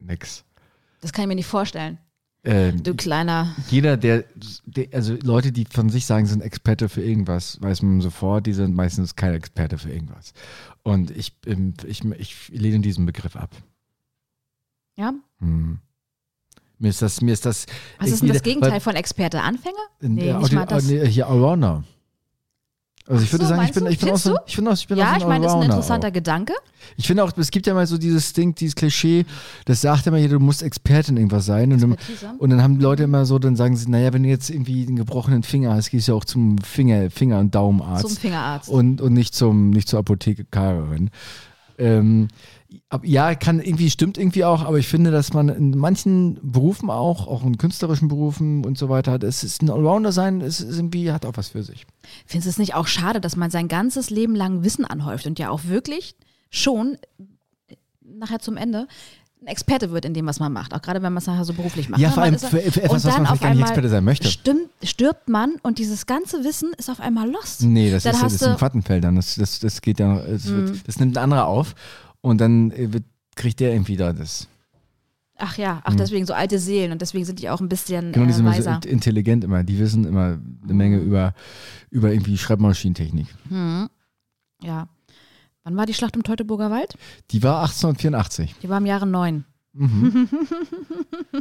E: Nix.
D: Das kann ich mir nicht vorstellen.
E: Ähm,
D: Du kleiner.
E: jeder, der, der, also Leute, die von sich sagen, sie sind Experte für irgendwas, weiß man sofort, die sind meistens kein Experte für irgendwas. Und ich, ähm, ich, ich lehne diesen Begriff ab.
D: Ja.
E: Hm. Mir ist das, mir ist das.
D: Was ist denn das Gegenteil von Experte? Anfänger? Nee,
E: Nee,
D: nicht mal das.
E: oh, nee, hier Allrounder. Also ich
D: Ach
E: würde
D: so,
E: sagen, ich
D: meinst
E: bin,
D: du?
E: ich bin auch so,
D: Findest
E: ich bin auch, ich bin auch
D: Ja,
E: so
D: ich meine, das ist ein
E: Allrounder
D: interessanter Gedanke.
E: Ich finde auch, es gibt ja mal so dieses Ding, dieses Klischee, das sagt immer jeder, du musst Experte in irgendwas sein. Und, dann-
D: Expertise.
E: und dann haben die Leute immer so, dann sagen sie, naja, wenn du jetzt irgendwie einen gebrochenen Finger hast, gehst du ja auch zum Finger, Finger- und Daumenarzt.
D: Zum Fingerarzt.
E: Und, und nicht, zum, nicht zur Apothekarin. Ähm, ab- ja, kann irgendwie, stimmt irgendwie auch, aber ich finde, dass man in manchen Berufen auch, auch in künstlerischen Berufen und so weiter, es ist ein Allrounder sein, es ist irgendwie, hat auch was für sich.
D: Findest du es nicht auch schade, dass man sein ganzes Leben lang Wissen anhäuft und ja auch wirklich schon äh, nachher zum Ende ein Experte wird in dem, was man macht. Auch gerade wenn man es nachher so beruflich macht.
E: Ja,
D: Ne?
E: vor
D: Man
E: allem
D: ist-
E: für- für etwas,
D: und
E: was
D: dann
E: man
D: auf
E: vielleicht gar nicht
D: einmal
E: Experte sein möchte.
D: Stimmt, stirbt man und dieses ganze Wissen ist auf einmal lost.
E: Nee, das
D: dann
E: ist, das
D: hast
E: ist
D: du, Hm.
E: ein Quattenfeld dann. Das, das, das geht ja noch, es wird, das nimmt ein anderer auf und dann äh, wird, kriegt der irgendwie da das.
D: Ach ja, ach deswegen so alte Seelen und deswegen sind die auch ein bisschen
E: Mhm. Genau, die
D: äh,
E: sind immer so
D: weiser. Hm.
E: int- intelligent immer. Die wissen immer eine Menge über, über irgendwie Schreibmaschinentechnik.
D: Ja. Wann war die Schlacht um Teutoburger Wald?
E: Die war 1884.
D: Die war im Jahre neun.
E: Mhm.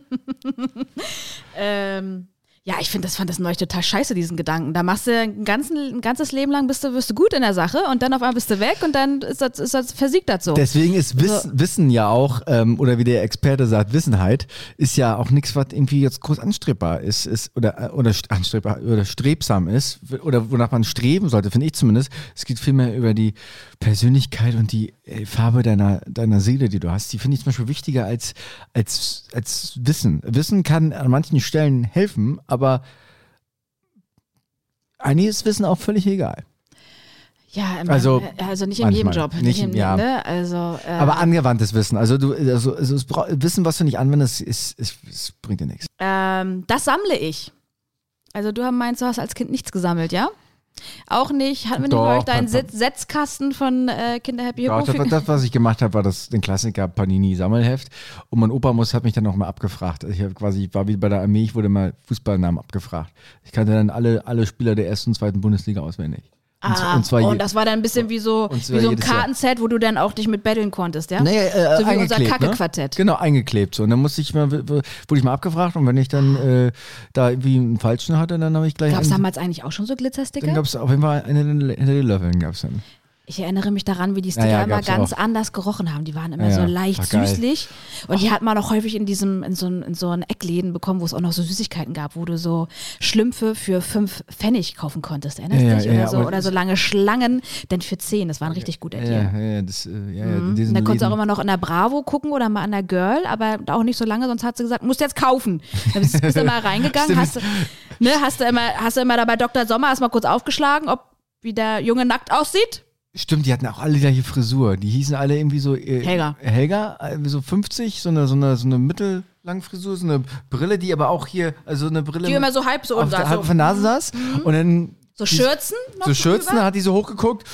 D: ähm, ja, ich finde das fand das neulich total scheiße, diesen Gedanken. Da machst du ein, ganzen, ein ganzes Leben lang bist du, wirst du gut in der Sache und dann auf einmal bist du weg und dann ist das, ist das versiegt das so.
E: Deswegen ist Wiss, Wissen ja auch, ähm, oder wie der Experte sagt, Wissenheit, ist ja auch nichts, was irgendwie jetzt groß anstrebbar ist, ist oder, äh, oder st- anstrebbar oder strebsam ist, oder wonach man streben sollte, finde ich zumindest. Es geht vielmehr über die Persönlichkeit und die äh, Farbe deiner, deiner Seele, die du hast. Die finde ich zum Beispiel wichtiger als, als, als Wissen. Wissen kann an manchen Stellen helfen, aber einiges Wissen auch völlig egal.
D: ja, im,
E: also,
D: äh, also nicht in jedem
E: manchmal.
D: Job.
E: Nicht
D: in,
E: im- ja.
D: ne? also, äh,
E: Aber angewandtes Wissen. Also du, also, also es bra- Wissen, was du nicht anwendest, ist, ist, es bringt dir nichts.
D: ähm, das sammle ich. Also du meinst, du hast als Kind nichts gesammelt, ja? Auch nicht, hatten wir nicht
E: Doch,
D: bei euch deinen
E: dann-
D: Sitz- Setzkasten von äh, Kinder Happy Hippo?
E: Ja, das, das, das, was ich gemacht habe, war das den Klassiker Panini Sammelheft. Und mein Opa muss hat mich dann auch mal abgefragt. Also Ich hab quasi ich war wie bei der Armee, ich wurde mal Fußballnamen abgefragt. Ich kannte dann alle, alle Spieler der ersten und zweiten Bundesliga auswendig. oh, Und, z-
D: Ah, und,
E: zwar je-
D: das war dann ein bisschen wie so,
E: Und zwar
D: wie so ein
E: jedes Jahr.
D: Kartenset, wo du dann auch dich mit betteln konntest, ja?
E: Nee, äh,
D: so wie unser
E: eingeklebt,
D: Kacke-Quartett.
E: Ne? Genau, eingeklebt. So. Und dann musste ich mal, w- w- wurde ich mal abgefragt und wenn ich dann äh, da irgendwie einen falschen hatte, dann habe ich gleich.
D: Gab es
E: einen-
D: damals eigentlich auch schon so
E: dann
D: Glitzersticker?
E: gab es auf jeden Fall einen hinter den Löffeln gab's dann.
D: Ich erinnere mich daran, wie die Sticker
E: Ja, ja,
D: immer
E: gab's
D: ganz
E: auch.
D: anders gerochen haben. Die waren immer
E: Ja,
D: so
E: ja,
D: leicht
E: war geil.
D: süßlich. Und die hat man auch häufig in diesem, in so, in so einen Eckläden bekommen, wo es auch noch so Süßigkeiten gab, wo du so Schlümpfe für fünf Pfennig kaufen konntest, erinnerst
E: Ja, ja,
D: dich?
E: ja,
D: Oder,
E: ja,
D: so,
E: aber-
D: oder so lange Schlangen, denn für zehn, das waren richtig gut erklärt.
E: Ja, ja, das, äh, ja, ja, in
D: Mhm. Und
E: diesen
D: dann konntest du auch
E: Läden.
D: immer noch in der Bravo gucken oder mal an der Girl, aber auch nicht so lange, sonst hat sie gesagt, musst jetzt kaufen. Dann bist, bist du mal reingegangen,
E: Stimmt.
D: hast, du- ne, hast, du immer, hast du immer da bei Dr. Sommer erstmal kurz aufgeschlagen, ob wie der Junge nackt aussieht.
E: Stimmt, die hatten auch alle die gleiche Frisur. Die hießen alle irgendwie so. Äh,
D: Helga.
E: Helga, äh, so 50, so eine, so eine, so eine Mittellangfrisur, so eine Brille, die aber auch hier, also eine Brille.
D: Die
E: mit-
D: immer so halb so
E: auf
D: und
E: der,
D: saß,
E: halb auf
D: so, Mhm.
E: der Nase saß. Und dann
D: so
E: die-
D: Schürzen. noch
E: so Schürzen,
D: drüber.
E: dann hat die so hochgeguckt.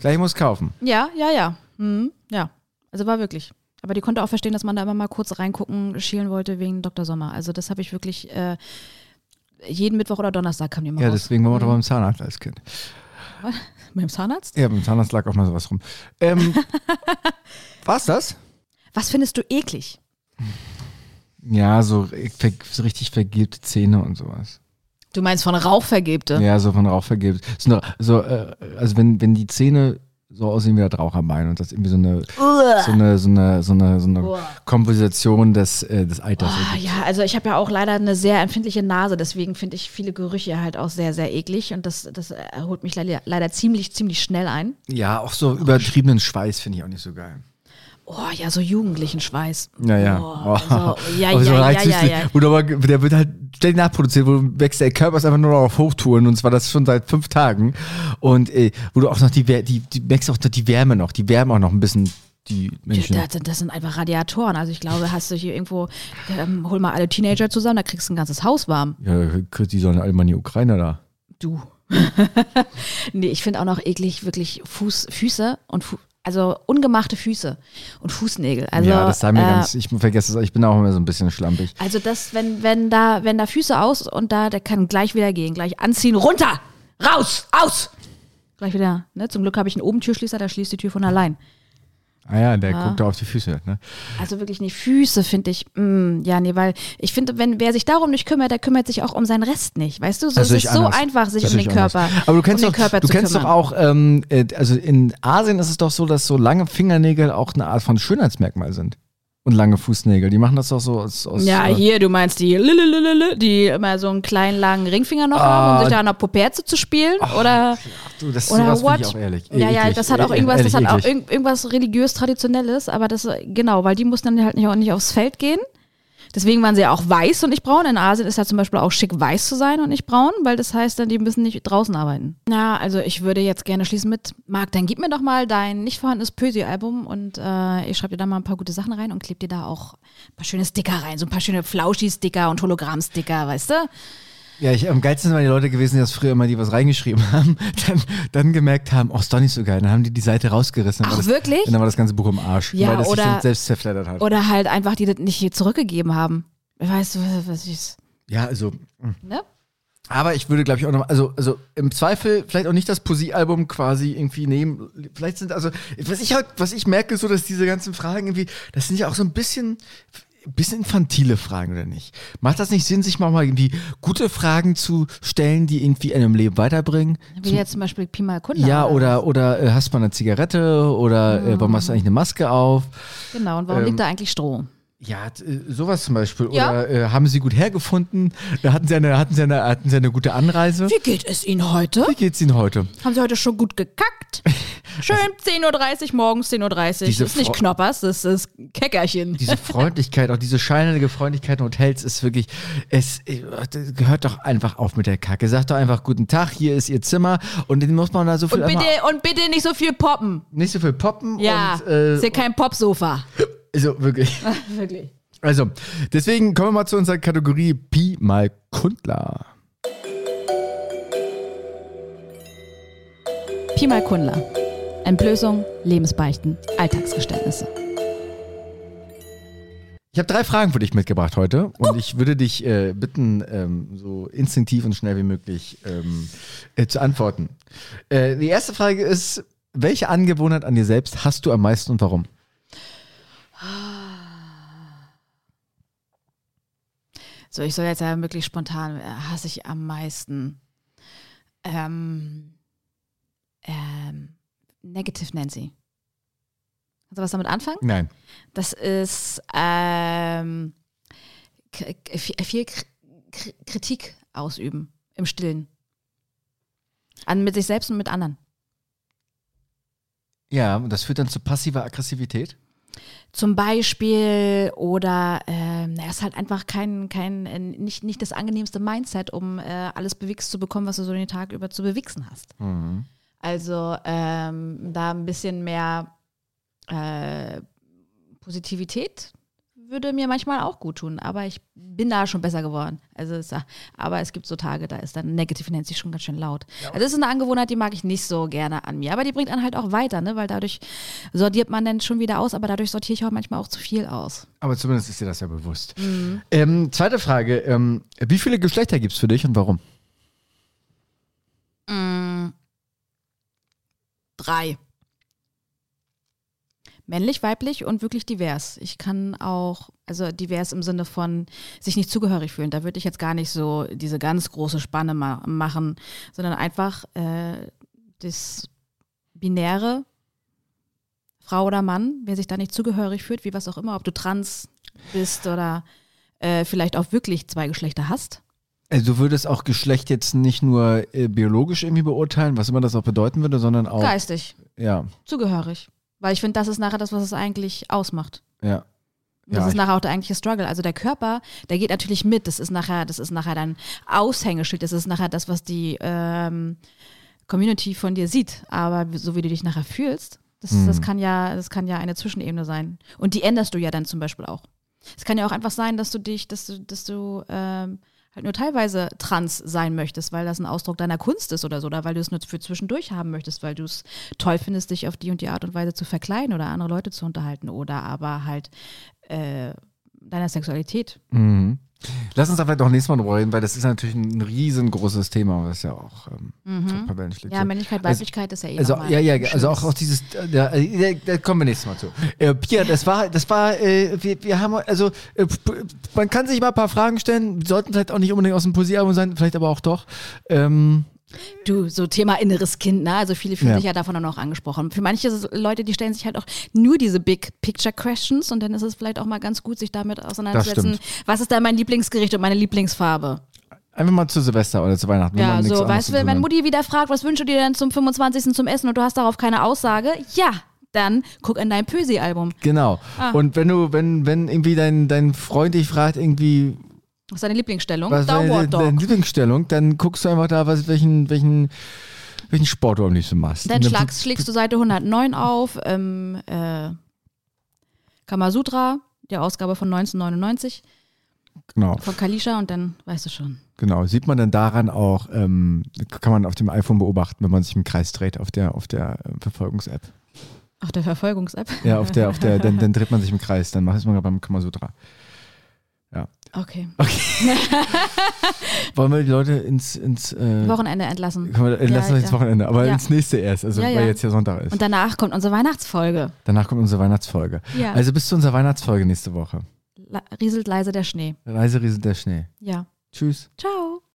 E: Gleich muss kaufen.
D: Ja, ja, ja. Mhm, ja, also war wirklich. Aber die konnte auch verstehen, dass man da immer mal kurz reingucken, schielen wollte wegen Dr. Sommer. Also das habe ich wirklich äh, jeden Mittwoch oder Donnerstag kam die immer
E: Ja,
D: raus.
E: deswegen waren wir doch beim Zahnarzt als Kind.
D: Mit dem Zahnarzt?
E: Ja, beim Zahnarzt lag auch mal sowas rum. Ähm, war's das?
D: Was findest du eklig?
E: Ja, so, äh, ver- so richtig vergilbte Zähne und sowas.
D: Du meinst von Rauchvergebte?
E: Ja, so von Rauch vergilbt. So, so, äh, also wenn, wenn die Zähne so aussehen wie der Raucherbein und das irgendwie so eine, so eine, so eine, so eine, so eine Komposition des, äh, des Alters.
D: Ah, ja, also ich habe ja auch leider eine sehr empfindliche Nase, deswegen finde ich viele Gerüche halt auch sehr, sehr eklig und das, das äh, holt mich leider, leider ziemlich, ziemlich schnell ein.
E: Ja, auch so übertriebenen Schweiß finde ich auch nicht so geil.
D: Oh ja, so jugendlichen Schweiß.
E: Ja, ja.
D: Oh, also, ja,
E: Aber so
D: ja, ja,
E: reizt
D: ja,
E: sich-
D: ja.
E: Gut, aber der wird halt ständig nachproduziert, wo du wächst, der Körper ist einfach nur noch auf Hochtouren und zwar das schon seit fünf Tagen. Und äh, wo du auch noch die, Wär- die, die merkst auch noch die Wärme noch, die wärmen auch noch ein bisschen die Menschen.
D: Das, das sind einfach Radiatoren. Also ich glaube, hast du hier irgendwo, ähm, hol mal alle Teenager zusammen, da kriegst du ein ganzes Haus warm.
E: Ja, die sollen alle mal in die Ukraine da.
D: Du. nee, ich finde auch noch eklig wirklich Fuß, Füße und Fu also ungemachte Füße und Fußnägel. Also,
E: ja, das sei mir
D: äh,
E: ganz, ich vergesse das, ich bin auch immer so ein bisschen schlampig.
D: Also das, wenn, wenn da, wenn da Füße aus und da, der kann gleich wieder gehen, gleich anziehen, runter, raus, aus. Gleich wieder, ne? Zum Glück habe ich einen Obentürschließer, der schließt die Tür von allein.
E: Ah ja, der guckt da auf die Füße, ne?
D: Also wirklich, nee, Füße finde ich, mm, ja, nee, weil ich finde, wenn wer sich darum nicht kümmert, der kümmert sich auch um seinen Rest nicht, weißt du? So,
E: Das
D: es
E: sehe Also
D: ist
E: ich
D: so
E: anders.
D: einfach, sich
E: Das
D: um
E: sehe
D: den
E: ich anders.
D: Körper,
E: Aber du kennst
D: um
E: doch,
D: den Körper
E: du
D: zu
E: kennst
D: kümmern.
E: doch auch, ähm, äh, also in Asien ist es doch so, dass so lange Fingernägel auch eine Art von Schönheitsmerkmal sind. Und lange Fußnägel. Die machen das doch so aus. aus
D: Ja,
E: äh,
D: hier, du meinst die Lilililili, die immer so einen kleinen langen Ringfinger noch haben, um sich da an der Puperze zu spielen? oder
E: Ah, Ach du, das
D: oder
E: sowas
D: what?
E: Bin ich auch ehrlich.
D: ja, ja,
E: Eklig.
D: das hat auch
E: Äh,
D: irgendwas, das
E: ehrlich
D: hat auch
E: eklig.
D: irg irgendwas religiös-traditionelles, aber das, genau, weil die mussten dann halt nicht, auch nicht aufs Feld gehen. Deswegen waren sie ja auch weiß und nicht braun. In Asien ist ja zum Beispiel auch schick, weiß zu sein und nicht braun, weil das heißt dann, die müssen nicht draußen arbeiten. Na, also ich würde jetzt gerne schließen mit, Marc, dann gib mir doch mal dein nicht vorhandenes Pösi-Album und äh, ich schreibe dir da mal ein paar gute Sachen rein und kleb dir da auch ein paar schöne Sticker rein. So ein paar schöne Flauschi-Sticker und Hologramm-Sticker, weißt du?
E: Ja, ich, am geilsten waren die Leute gewesen, die das früher immer die was reingeschrieben haben, dann, dann gemerkt haben, oh, ist doch nicht so geil. Dann haben die die Seite rausgerissen. Dann
D: Ach,
E: war das,
D: wirklich?
E: Und dann war das ganze Buch im Arsch.
D: Ja,
E: weil das
D: oder-
E: sich dann selbst zerfleddert hat.
D: Oder halt einfach, die das nicht hier zurückgegeben haben. Weißt du, was ist,
E: Ja, also.
D: ne?
E: Aber ich würde, glaube ich, auch noch, also, also im Zweifel vielleicht auch nicht das Poesie-Album quasi irgendwie nehmen. Vielleicht sind, also, was ich halt, was ich merke, so, dass diese ganzen Fragen irgendwie, das sind ja auch so ein bisschen, ein bisschen infantile Fragen, oder nicht? Macht das nicht Sinn, sich mal mal irgendwie gute Fragen zu stellen, die irgendwie einem Leben weiterbringen?
D: Wie jetzt zum Beispiel Pi mal Kunde.
E: Ja, oder, oder äh, hast du mal eine Zigarette? Oder äh, warum hast du eigentlich eine Maske auf?
D: Genau, und warum
E: Ähm,
D: liegt da eigentlich Stroh?
E: Ja, t- äh, sowas zum Beispiel.
D: Ja.
E: Oder äh, haben sie gut hergefunden? Da hatten sie eine, hatten sie eine, hatten sie eine gute Anreise?
D: Wie geht es Ihnen heute?
E: Wie geht's Ihnen heute?
D: Haben Sie heute schon gut gekackt? Schön 10.30 Uhr, morgens 10.30 Uhr.
E: Diese
D: Ist nicht
E: Frau-
D: Knoppers, das ist Käckerchen.
E: Diese Freundlichkeit, auch diese scheinende Freundlichkeit in Hotels ist wirklich, es äh, das gehört doch einfach auf mit der Kacke. Sagt doch einfach guten Tag, hier ist ihr Zimmer und den muss man da so viel
D: Und bitte, und bitte nicht so viel poppen.
E: immer- nicht so viel poppen
D: Ja,
E: und äh,
D: ist ja kein Popsofa.
E: also wirklich.
D: Wirklich.
E: Also, deswegen kommen wir mal zu unserer Kategorie Pi mal Kundler.
D: Pi mal Kundler. Entblößung, Lebensbeichten, Alltagsgeständnisse.
E: Ich habe drei Fragen für dich mitgebracht heute
D: Oh.
E: und ich würde dich äh, bitten, ähm, so instinktiv und schnell wie möglich ähm, äh, zu antworten. Äh, die erste Frage ist, welche Angewohnheit an dir selbst hast du am meisten und warum?
D: So, ich soll jetzt ja wirklich spontan, äh, hasse ich am meisten. Ähm, ähm, Negative Nancy. Kannst du was damit anfangen?
E: Nein.
D: Das ist ähm, k- k- viel viel Kri- Kri- Kritik ausüben im Stillen. An, mit sich selbst und mit anderen.
E: Ja, und das führt dann zu passiver Aggressivität.
D: Zum Beispiel oder ähm, na, ist halt einfach kein, kein äh, nicht, nicht das angenehmste Mindset, um äh, alles bewichst zu bekommen, was du so den Tag über zu bewichsen hast. Also ähm, da ein bisschen mehr äh, Positivität würde mir manchmal auch gut tun, aber ich bin da schon besser geworden. Also es, aber es gibt so Tage, da ist dann Negative Nancy schon ganz schön laut. Also das ist eine Angewohnheit, die mag ich nicht so gerne an mir, aber die bringt einen halt auch weiter, ne? weil dadurch sortiert man dann schon wieder aus, aber dadurch sortiere ich auch manchmal auch zu viel aus.
E: Aber zumindest ist dir das ja bewusst.
D: Mhm.
E: Ähm, zweite Frage, ähm, wie viele Geschlechter gibt es für dich und warum?
D: Drei. Männlich, weiblich und wirklich divers. Ich kann auch, also divers im Sinne von sich nicht zugehörig fühlen. Da würde ich jetzt gar nicht so diese ganz große Spanne ma machen, sondern einfach äh, das Binäre Frau oder Mann, wer sich da nicht zugehörig fühlt, wie was auch immer, ob du trans bist oder äh, vielleicht auch wirklich zwei Geschlechter hast.
E: Also du würdest auch Geschlecht jetzt nicht nur äh, biologisch irgendwie beurteilen, was immer das auch bedeuten würde, sondern auch.
D: Geistig,
E: Ja,
D: zugehörig. Weil ich finde, das ist nachher das, was es eigentlich ausmacht.
E: ja.
D: Und Das
E: Ja,
D: ist
E: ich-
D: nachher auch der eigentliche Struggle. Also der Körper, der geht natürlich mit. Das ist nachher, das ist nachher dein Aushängeschild. Das ist nachher das, was die ähm, Community von dir sieht. Aber so wie du dich nachher fühlst, das,
E: Mhm.
D: das kann ja, das kann ja eine Zwischenebene sein. Und die änderst du ja dann zum Beispiel auch. Es kann ja auch einfach sein, dass du dich, dass du, dass du ähm, halt nur teilweise trans sein möchtest, weil das ein Ausdruck deiner Kunst ist oder so, oder weil du es nur für zwischendurch haben möchtest, weil du es toll findest, dich auf die und die Art und Weise zu verkleiden oder andere Leute zu unterhalten oder aber halt äh, deiner Sexualität.
E: Mhm. Lass uns da vielleicht auch nächstes Mal drüber reden, weil das ist natürlich ein riesengroßes Thema, was ja auch ähm, bei Menschen
D: Mhm.
E: liegt.
D: Ja, Männlichkeit,
E: Also-
D: Weiblichkeit ist ja eh
E: Also
D: noch mal
E: ja, ja,
D: ein
E: also auch,
D: schönes-
E: auch dieses, äh, da, äh, da kommen wir nächstes Mal zu. Äh, Pia, das war, das war, äh, wir, wir haben, also äh, p- p- man kann sich mal ein paar Fragen stellen, sollten vielleicht auch nicht unbedingt aus dem Poesiealbum sein, vielleicht aber auch doch. Ähm,
D: Du, so Thema inneres Kind, ne? Also viele fühlen
E: Ja.
D: sich ja davon dann auch angesprochen. Für manche so Leute, die stellen sich halt auch nur diese Big Picture Questions und dann ist es vielleicht auch mal ganz gut, sich damit auseinanderzusetzen. Was ist da mein Lieblingsgericht und meine Lieblingsfarbe?
E: einfach mal zu Silvester oder zu Weihnachten. wenn
D: Ja,
E: man nichts
D: so,
E: anderes
D: weißt
E: zu
D: du, wenn
E: tun
D: meine
E: hat.
D: Mutti wieder fragt, was wünschst du dir denn zum 25. zum Essen und du hast darauf keine Aussage, ja, dann guck in dein Pösi-Album.
E: Genau.
D: Ah.
E: Und wenn du, wenn, wenn irgendwie dein, dein Freund dich fragt, irgendwie,
D: Was ist deine Lieblingsstellung?
E: was war deine,
D: Um Downward Dog.
E: deine Lieblingsstellung, dann guckst du einfach da, was, welchen, welchen, welchen Sport du am liebsten machst.
D: Dann
E: Und
D: schlagst, schlägst du Seite 109 auf, ähm, äh, Kamasutra, der Ausgabe von 1999
E: Genau.
D: von Kalisha und dann weißt du schon.
E: Genau, sieht man dann daran auch, ähm, kann man auf dem iPhone beobachten, wenn man sich im Kreis dreht auf der, auf der äh, Verfolgungs-App.
D: Auf der Verfolgungs-App.
E: Ja, auf der, auf der, dann, dann dreht man sich im Kreis, dann macht es man gerade beim Kamasutra.
D: Okay.
E: Wollen wir die Leute ins, ins äh,
D: Wochenende entlassen.
E: können wir, äh, lassen
D: Ja,
E: wir ins
D: ja.
E: Wochenende, aber
D: Ja.
E: ins nächste erst, also
D: Ja,
E: weil
D: ja.
E: jetzt ja Sonntag ist.
D: Und danach kommt unsere Weihnachtsfolge.
E: Danach kommt unsere Weihnachtsfolge.
D: Ja.
E: Also bis zu unserer Weihnachtsfolge nächste Woche.
D: La- Rieselt leise der Schnee.
E: Reiseriesen der Schnee.
D: Ja.
E: Tschüss.
D: Ciao.